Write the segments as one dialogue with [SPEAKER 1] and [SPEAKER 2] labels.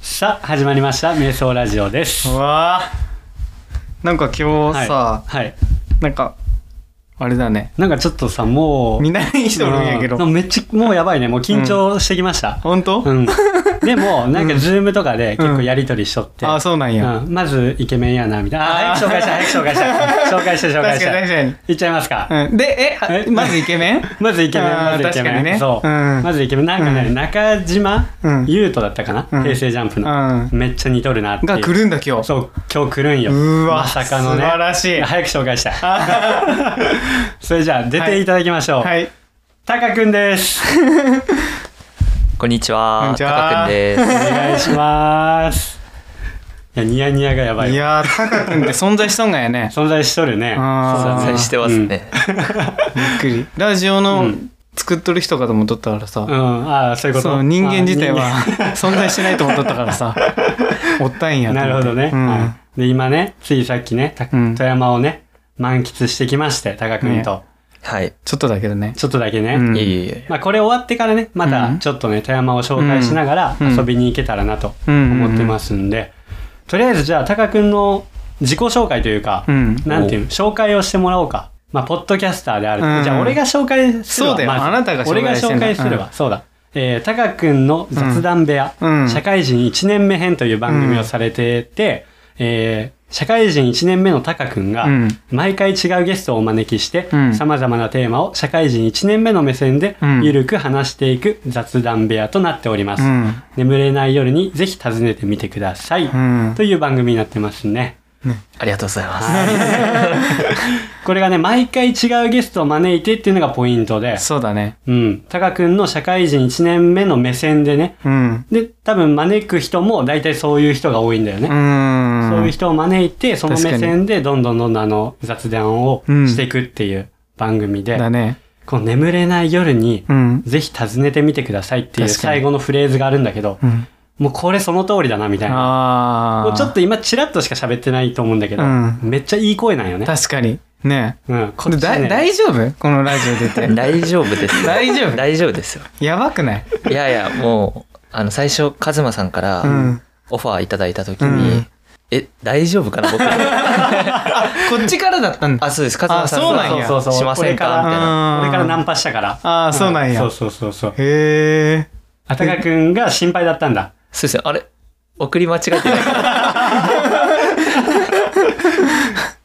[SPEAKER 1] さあ始まりました瞑想ラジオです
[SPEAKER 2] うわあなんか今日さ、
[SPEAKER 1] はい、はい、
[SPEAKER 2] なんかあれだね
[SPEAKER 1] なんかちょっとさもう
[SPEAKER 2] 見ない人おるんやけど
[SPEAKER 1] うんめっちゃもうやばいねもう緊張してきました、
[SPEAKER 2] 本当、
[SPEAKER 1] うんでもなんか Zoom とかで結構やりとりしとって、
[SPEAKER 2] あそうなんや、
[SPEAKER 1] うんまずイケメンやなみたいなあ
[SPEAKER 2] あ
[SPEAKER 1] 早く紹
[SPEAKER 2] ー
[SPEAKER 1] 介したい早く紹介 したい紹介して紹介し
[SPEAKER 2] 確かに確
[SPEAKER 1] て
[SPEAKER 2] かに
[SPEAKER 1] いっちゃいますか、
[SPEAKER 2] うん、でえあ
[SPEAKER 1] え
[SPEAKER 2] まずイケメン
[SPEAKER 1] まずイケメン
[SPEAKER 2] あー
[SPEAKER 1] まずイケメ
[SPEAKER 2] 確か
[SPEAKER 1] ン、
[SPEAKER 2] にね
[SPEAKER 1] そう、
[SPEAKER 2] うん
[SPEAKER 1] まずイケメンなんかね、
[SPEAKER 2] うん
[SPEAKER 1] 中島
[SPEAKER 2] うん
[SPEAKER 1] 優斗だったかな、
[SPEAKER 2] うん
[SPEAKER 1] 平成ジャンプ
[SPEAKER 2] う
[SPEAKER 1] の、
[SPEAKER 2] ん
[SPEAKER 1] めっちゃ似とるなっていう
[SPEAKER 2] が来るんだ今日
[SPEAKER 1] そう今日来るんよ
[SPEAKER 2] うわ
[SPEAKER 1] まさかのね
[SPEAKER 2] 素晴らしい
[SPEAKER 1] 早く紹介したいそれじゃあ出ていただきましょう、
[SPEAKER 2] はい
[SPEAKER 1] タカくんです
[SPEAKER 3] こんにち
[SPEAKER 2] こん
[SPEAKER 3] は
[SPEAKER 2] に。ち
[SPEAKER 3] た
[SPEAKER 2] は
[SPEAKER 3] かくん です。
[SPEAKER 1] お願いしますいやニヤニヤがやばい
[SPEAKER 2] いやータカ君って存在しとんが やね
[SPEAKER 1] 存在しとるね
[SPEAKER 2] あー
[SPEAKER 3] 存在してますね。
[SPEAKER 2] びっくりラジオ
[SPEAKER 1] う
[SPEAKER 2] の
[SPEAKER 1] ん
[SPEAKER 2] 作っとる人かと思っとったからさ、
[SPEAKER 1] うんああそういうこと
[SPEAKER 2] そう人間自体は
[SPEAKER 1] あー人
[SPEAKER 2] 存在してないと思っとったから さおったんや
[SPEAKER 1] 間
[SPEAKER 2] と
[SPEAKER 1] なる
[SPEAKER 2] 思
[SPEAKER 1] ほ
[SPEAKER 2] って
[SPEAKER 1] どね、
[SPEAKER 2] うん
[SPEAKER 1] はいで今ねついさっきねた
[SPEAKER 2] うん
[SPEAKER 1] 富山をね満喫してきましてタカくんと、
[SPEAKER 3] はい。
[SPEAKER 2] ちょっとだけどね
[SPEAKER 1] ちょっとだけね、
[SPEAKER 2] うん
[SPEAKER 3] いえいえいえ。
[SPEAKER 1] まあ、これ終わってからねま
[SPEAKER 2] う
[SPEAKER 1] た
[SPEAKER 2] ん
[SPEAKER 1] ちょっとね富山を紹介しながら
[SPEAKER 2] うん
[SPEAKER 1] 遊びに行けたらなと
[SPEAKER 2] うん
[SPEAKER 1] 思ってますんで、とりあえずじゃあタカ君の自己紹介というか、
[SPEAKER 2] うん
[SPEAKER 1] なんていうの紹介をしてもらおうかまあポッドキャスターである、
[SPEAKER 2] うん
[SPEAKER 1] じゃあ俺が紹介するわ
[SPEAKER 2] そうだよ
[SPEAKER 1] まず
[SPEAKER 2] あなたが紹
[SPEAKER 1] 俺が
[SPEAKER 2] 介してん
[SPEAKER 1] 紹
[SPEAKER 2] だ
[SPEAKER 1] 介すれば、そうだえー、タカ君の雑談部屋、
[SPEAKER 2] うんうん
[SPEAKER 1] 社会人1年目編という番組をされてて、えー社会人1年目のタカ君が、
[SPEAKER 2] うん
[SPEAKER 1] 毎回違うゲストをお招きして、
[SPEAKER 2] うん
[SPEAKER 1] さまざまなテーマを社会人1年目の目線で
[SPEAKER 2] うん
[SPEAKER 1] ゆるく話していく雑談部屋となっております。
[SPEAKER 2] うん
[SPEAKER 1] 眠れない夜にぜひ訪ねてみてください。
[SPEAKER 2] うん
[SPEAKER 1] という番組になってますね。
[SPEAKER 3] ありがとうございます。
[SPEAKER 1] これがね、毎回違うゲストを招いてっていうのがポイントで、
[SPEAKER 2] そうだね
[SPEAKER 1] うん。タカ君の社会人1年目の目線でね、
[SPEAKER 2] うん
[SPEAKER 1] で、多分招く人も大体そういう人が多いんだよね。
[SPEAKER 2] うん
[SPEAKER 1] そういう人を招いて、その目線でどんどんどんどんあの雑談をしていくっていう番組で、
[SPEAKER 2] だね
[SPEAKER 1] この眠れない夜に
[SPEAKER 2] う、ん
[SPEAKER 1] ぜひ訪ねてみてくださいっていう
[SPEAKER 2] 確かに
[SPEAKER 1] 最後のフレーズがあるんだけど、
[SPEAKER 2] うん
[SPEAKER 1] もうこれその通りだなみたいな。
[SPEAKER 2] あ
[SPEAKER 1] も
[SPEAKER 2] あ
[SPEAKER 1] うちょっと今チラッとしか喋ってないと思うんだけど、
[SPEAKER 2] うん
[SPEAKER 1] めっちゃいい声なんよね。
[SPEAKER 2] 確かにね
[SPEAKER 1] うん、
[SPEAKER 2] これだ
[SPEAKER 1] ね
[SPEAKER 2] 大丈夫このラジオ出て
[SPEAKER 3] 大丈夫で す。
[SPEAKER 2] 大丈夫
[SPEAKER 3] 大丈夫ですよ。
[SPEAKER 2] やばくない
[SPEAKER 3] いやいや、もう、あの、最初、カズマさんから
[SPEAKER 2] うん、
[SPEAKER 3] オファーいただいたとき
[SPEAKER 2] う
[SPEAKER 3] に
[SPEAKER 2] ん、
[SPEAKER 3] え、大丈夫かな僕。
[SPEAKER 2] こっちからだったんだ
[SPEAKER 3] あ、そうです。カズマさん
[SPEAKER 2] あそうなんや
[SPEAKER 3] そうそうそうしませんかみたいな。
[SPEAKER 2] うん
[SPEAKER 1] 俺からナンパしたから。
[SPEAKER 2] あーそうなんや
[SPEAKER 1] そうそうそうそう。
[SPEAKER 2] へえ
[SPEAKER 1] あたかくんが心配だったんだ。
[SPEAKER 3] そうですね。あれ送り間違ってないか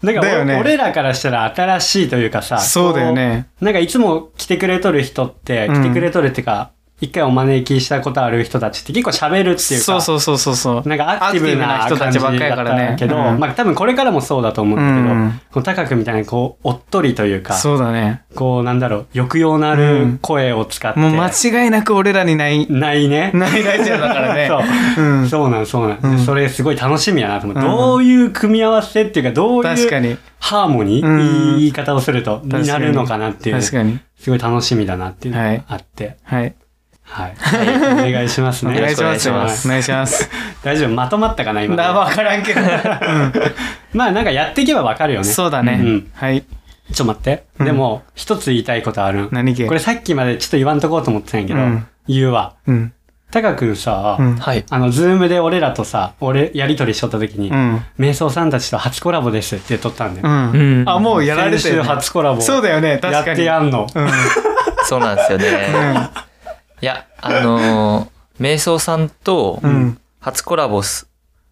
[SPEAKER 1] だか
[SPEAKER 2] だ
[SPEAKER 1] ら
[SPEAKER 2] よ
[SPEAKER 1] 俺,、
[SPEAKER 2] ね
[SPEAKER 1] らからしたら新しいというかさ。
[SPEAKER 2] そうだよね
[SPEAKER 1] こう。なんかいつも来てくれとる人って、
[SPEAKER 2] うん
[SPEAKER 1] 来てくれとるっていうか、一回お招きしたことある人たちって結構喋るっていうか。
[SPEAKER 2] そうそうそうそうそう
[SPEAKER 1] なんかアクティブな
[SPEAKER 2] アクティブな人たちばっかりやからね
[SPEAKER 1] 感じだったけど、
[SPEAKER 2] うん
[SPEAKER 1] まあ多分これからもそうだと思うんだけど、
[SPEAKER 2] うん
[SPEAKER 1] この高くみたいなこう、おっとりというか、
[SPEAKER 2] そうだね
[SPEAKER 1] こうなんだろう、抑揚のある声を使って、
[SPEAKER 2] もう間違いなく俺らにない
[SPEAKER 1] ないね。
[SPEAKER 2] ないラジオだからね
[SPEAKER 1] そう、
[SPEAKER 2] うん
[SPEAKER 1] そうなんそうなん、
[SPEAKER 2] うん
[SPEAKER 1] それすごい楽しみやなと思って、
[SPEAKER 2] うん
[SPEAKER 1] どういう組み合わせっていうか、どう
[SPEAKER 2] 確か
[SPEAKER 1] いう
[SPEAKER 2] に
[SPEAKER 1] ハーモニー、
[SPEAKER 2] うん
[SPEAKER 1] いい言い方をすると、になるのかなっていう、
[SPEAKER 2] 確かに
[SPEAKER 1] すごい楽しみだなっていうの
[SPEAKER 2] は
[SPEAKER 1] が
[SPEAKER 2] い
[SPEAKER 1] あって、
[SPEAKER 2] はい
[SPEAKER 1] はい。お願いします
[SPEAKER 2] お
[SPEAKER 1] ね。
[SPEAKER 2] 願いします
[SPEAKER 3] よ
[SPEAKER 2] お
[SPEAKER 3] ろ
[SPEAKER 2] 願
[SPEAKER 3] しく
[SPEAKER 2] いします
[SPEAKER 1] 大丈夫まとまったかな今の
[SPEAKER 2] な分から んけど
[SPEAKER 1] まあなんかやっていけばわかるよね。
[SPEAKER 2] そうだ
[SPEAKER 1] う
[SPEAKER 2] ね
[SPEAKER 1] ん
[SPEAKER 2] はい
[SPEAKER 1] ちょっと待って。
[SPEAKER 2] うん
[SPEAKER 1] でも、一つ言いたいことあるん。
[SPEAKER 2] 何系
[SPEAKER 1] これさっきまでちょっと言わんとこうと思ってたんやけど、
[SPEAKER 2] うん
[SPEAKER 1] 言うわ。
[SPEAKER 2] うん
[SPEAKER 1] タカ君さ、
[SPEAKER 2] うん
[SPEAKER 3] な。はい。
[SPEAKER 1] あの、ズームで俺らとさ、俺、やりとりしとった時に、
[SPEAKER 2] うん
[SPEAKER 1] 瞑想さんたちと初コラボですって言っとったんだよ。
[SPEAKER 2] うん
[SPEAKER 3] うん
[SPEAKER 2] あもうやられて
[SPEAKER 1] 先週
[SPEAKER 2] る
[SPEAKER 1] 初コラボ。
[SPEAKER 2] そうだよね確かに
[SPEAKER 1] やってやんの。
[SPEAKER 2] うん
[SPEAKER 3] そうなんですよね。いや、あのー、瞑想さんと
[SPEAKER 2] うん
[SPEAKER 3] 初コラボす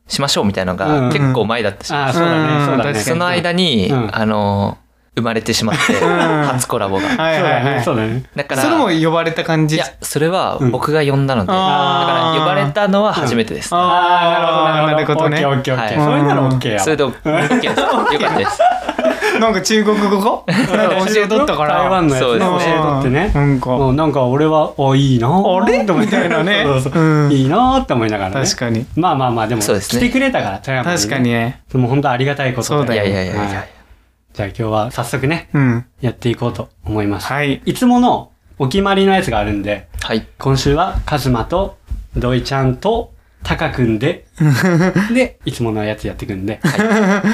[SPEAKER 3] しましょうみたいなの
[SPEAKER 1] うん
[SPEAKER 3] が結構前だったし、
[SPEAKER 1] ああ、そうだ
[SPEAKER 2] う
[SPEAKER 1] ね。
[SPEAKER 2] ん
[SPEAKER 1] そうだ
[SPEAKER 2] 確
[SPEAKER 1] ね。
[SPEAKER 2] かに
[SPEAKER 3] その間に、
[SPEAKER 1] うん
[SPEAKER 3] あのー生まれてしまって、初コラボが。
[SPEAKER 2] はい
[SPEAKER 1] そう
[SPEAKER 2] は
[SPEAKER 1] だ
[SPEAKER 2] いは
[SPEAKER 1] ね。
[SPEAKER 2] い
[SPEAKER 1] そうだね。
[SPEAKER 3] だから、
[SPEAKER 2] それも
[SPEAKER 3] い
[SPEAKER 2] 呼ばれた感じ
[SPEAKER 3] や、それは僕が呼んだので、
[SPEAKER 2] うん
[SPEAKER 3] だ
[SPEAKER 2] あー
[SPEAKER 3] から呼ばれたのは初めてです。
[SPEAKER 1] ああ、なるほど、なる
[SPEAKER 2] なる
[SPEAKER 1] ほど。
[SPEAKER 2] ほ
[SPEAKER 1] オ
[SPEAKER 2] ど
[SPEAKER 1] ッケーオッケーオッケー。
[SPEAKER 2] はい
[SPEAKER 1] それならオッケーやわ。
[SPEAKER 3] それで OK です。よかったです。
[SPEAKER 2] なんか中国語 かなんか教えとったから
[SPEAKER 1] 台湾のやつ
[SPEAKER 3] そう
[SPEAKER 1] ね
[SPEAKER 3] です
[SPEAKER 1] 教えとってね。
[SPEAKER 2] なんか
[SPEAKER 1] もうなんか俺は、あ、いいなぁ
[SPEAKER 2] あれ
[SPEAKER 1] と思って
[SPEAKER 2] みたいなね
[SPEAKER 1] そうそうそう
[SPEAKER 2] うん
[SPEAKER 1] いいなぁって思いながらね。
[SPEAKER 2] 確かに
[SPEAKER 1] まあまあまあ、でも、
[SPEAKER 3] そうです
[SPEAKER 1] 来
[SPEAKER 3] ね
[SPEAKER 1] てくれたから、富山
[SPEAKER 2] 確かに。ね
[SPEAKER 1] でも本当ありがたいことで
[SPEAKER 2] そう
[SPEAKER 3] い
[SPEAKER 2] だよ
[SPEAKER 3] やいやいやい
[SPEAKER 1] は
[SPEAKER 3] や
[SPEAKER 1] い。じゃあ今日は早速ね、
[SPEAKER 2] うん
[SPEAKER 1] やっていこうと思います。
[SPEAKER 2] はい
[SPEAKER 1] いつものお決まりのやつがあるんで、
[SPEAKER 3] はい。
[SPEAKER 1] 今週はカズマと土井ちゃんとタカくんで、で、いつものやつやっていくんで、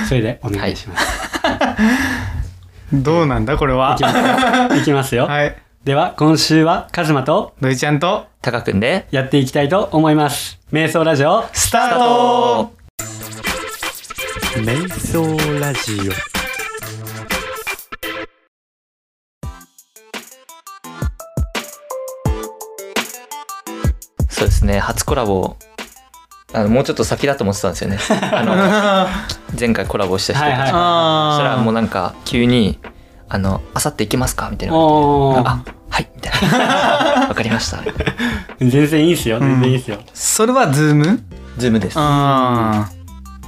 [SPEAKER 1] それでお願いします。
[SPEAKER 2] どうなんだこれは
[SPEAKER 1] き
[SPEAKER 2] い
[SPEAKER 1] ますよ。いきますよ。
[SPEAKER 2] はい
[SPEAKER 1] では、今週はカズマと
[SPEAKER 2] 土井ちゃんと、
[SPEAKER 3] タカくんで、
[SPEAKER 1] やっていきたいと思います。瞑想ラジオ、
[SPEAKER 2] スタ
[SPEAKER 3] ス
[SPEAKER 2] ート
[SPEAKER 1] 瞑想ラジオ。
[SPEAKER 3] そうですね、初コラボ、あのもうちょっと先だと思ってたんですよね。あ
[SPEAKER 2] あ
[SPEAKER 3] の前回コラボした人たち。
[SPEAKER 1] はいはい
[SPEAKER 3] そしたら
[SPEAKER 2] あ
[SPEAKER 3] もうなんか急に「あのあさって行きますか?」みたいな
[SPEAKER 1] おー、
[SPEAKER 3] あはい」みたい な「わかりました」みたいな
[SPEAKER 1] 全然いいっすよ、全然いいっすよ。
[SPEAKER 2] それはズーム
[SPEAKER 3] ズームです
[SPEAKER 2] あ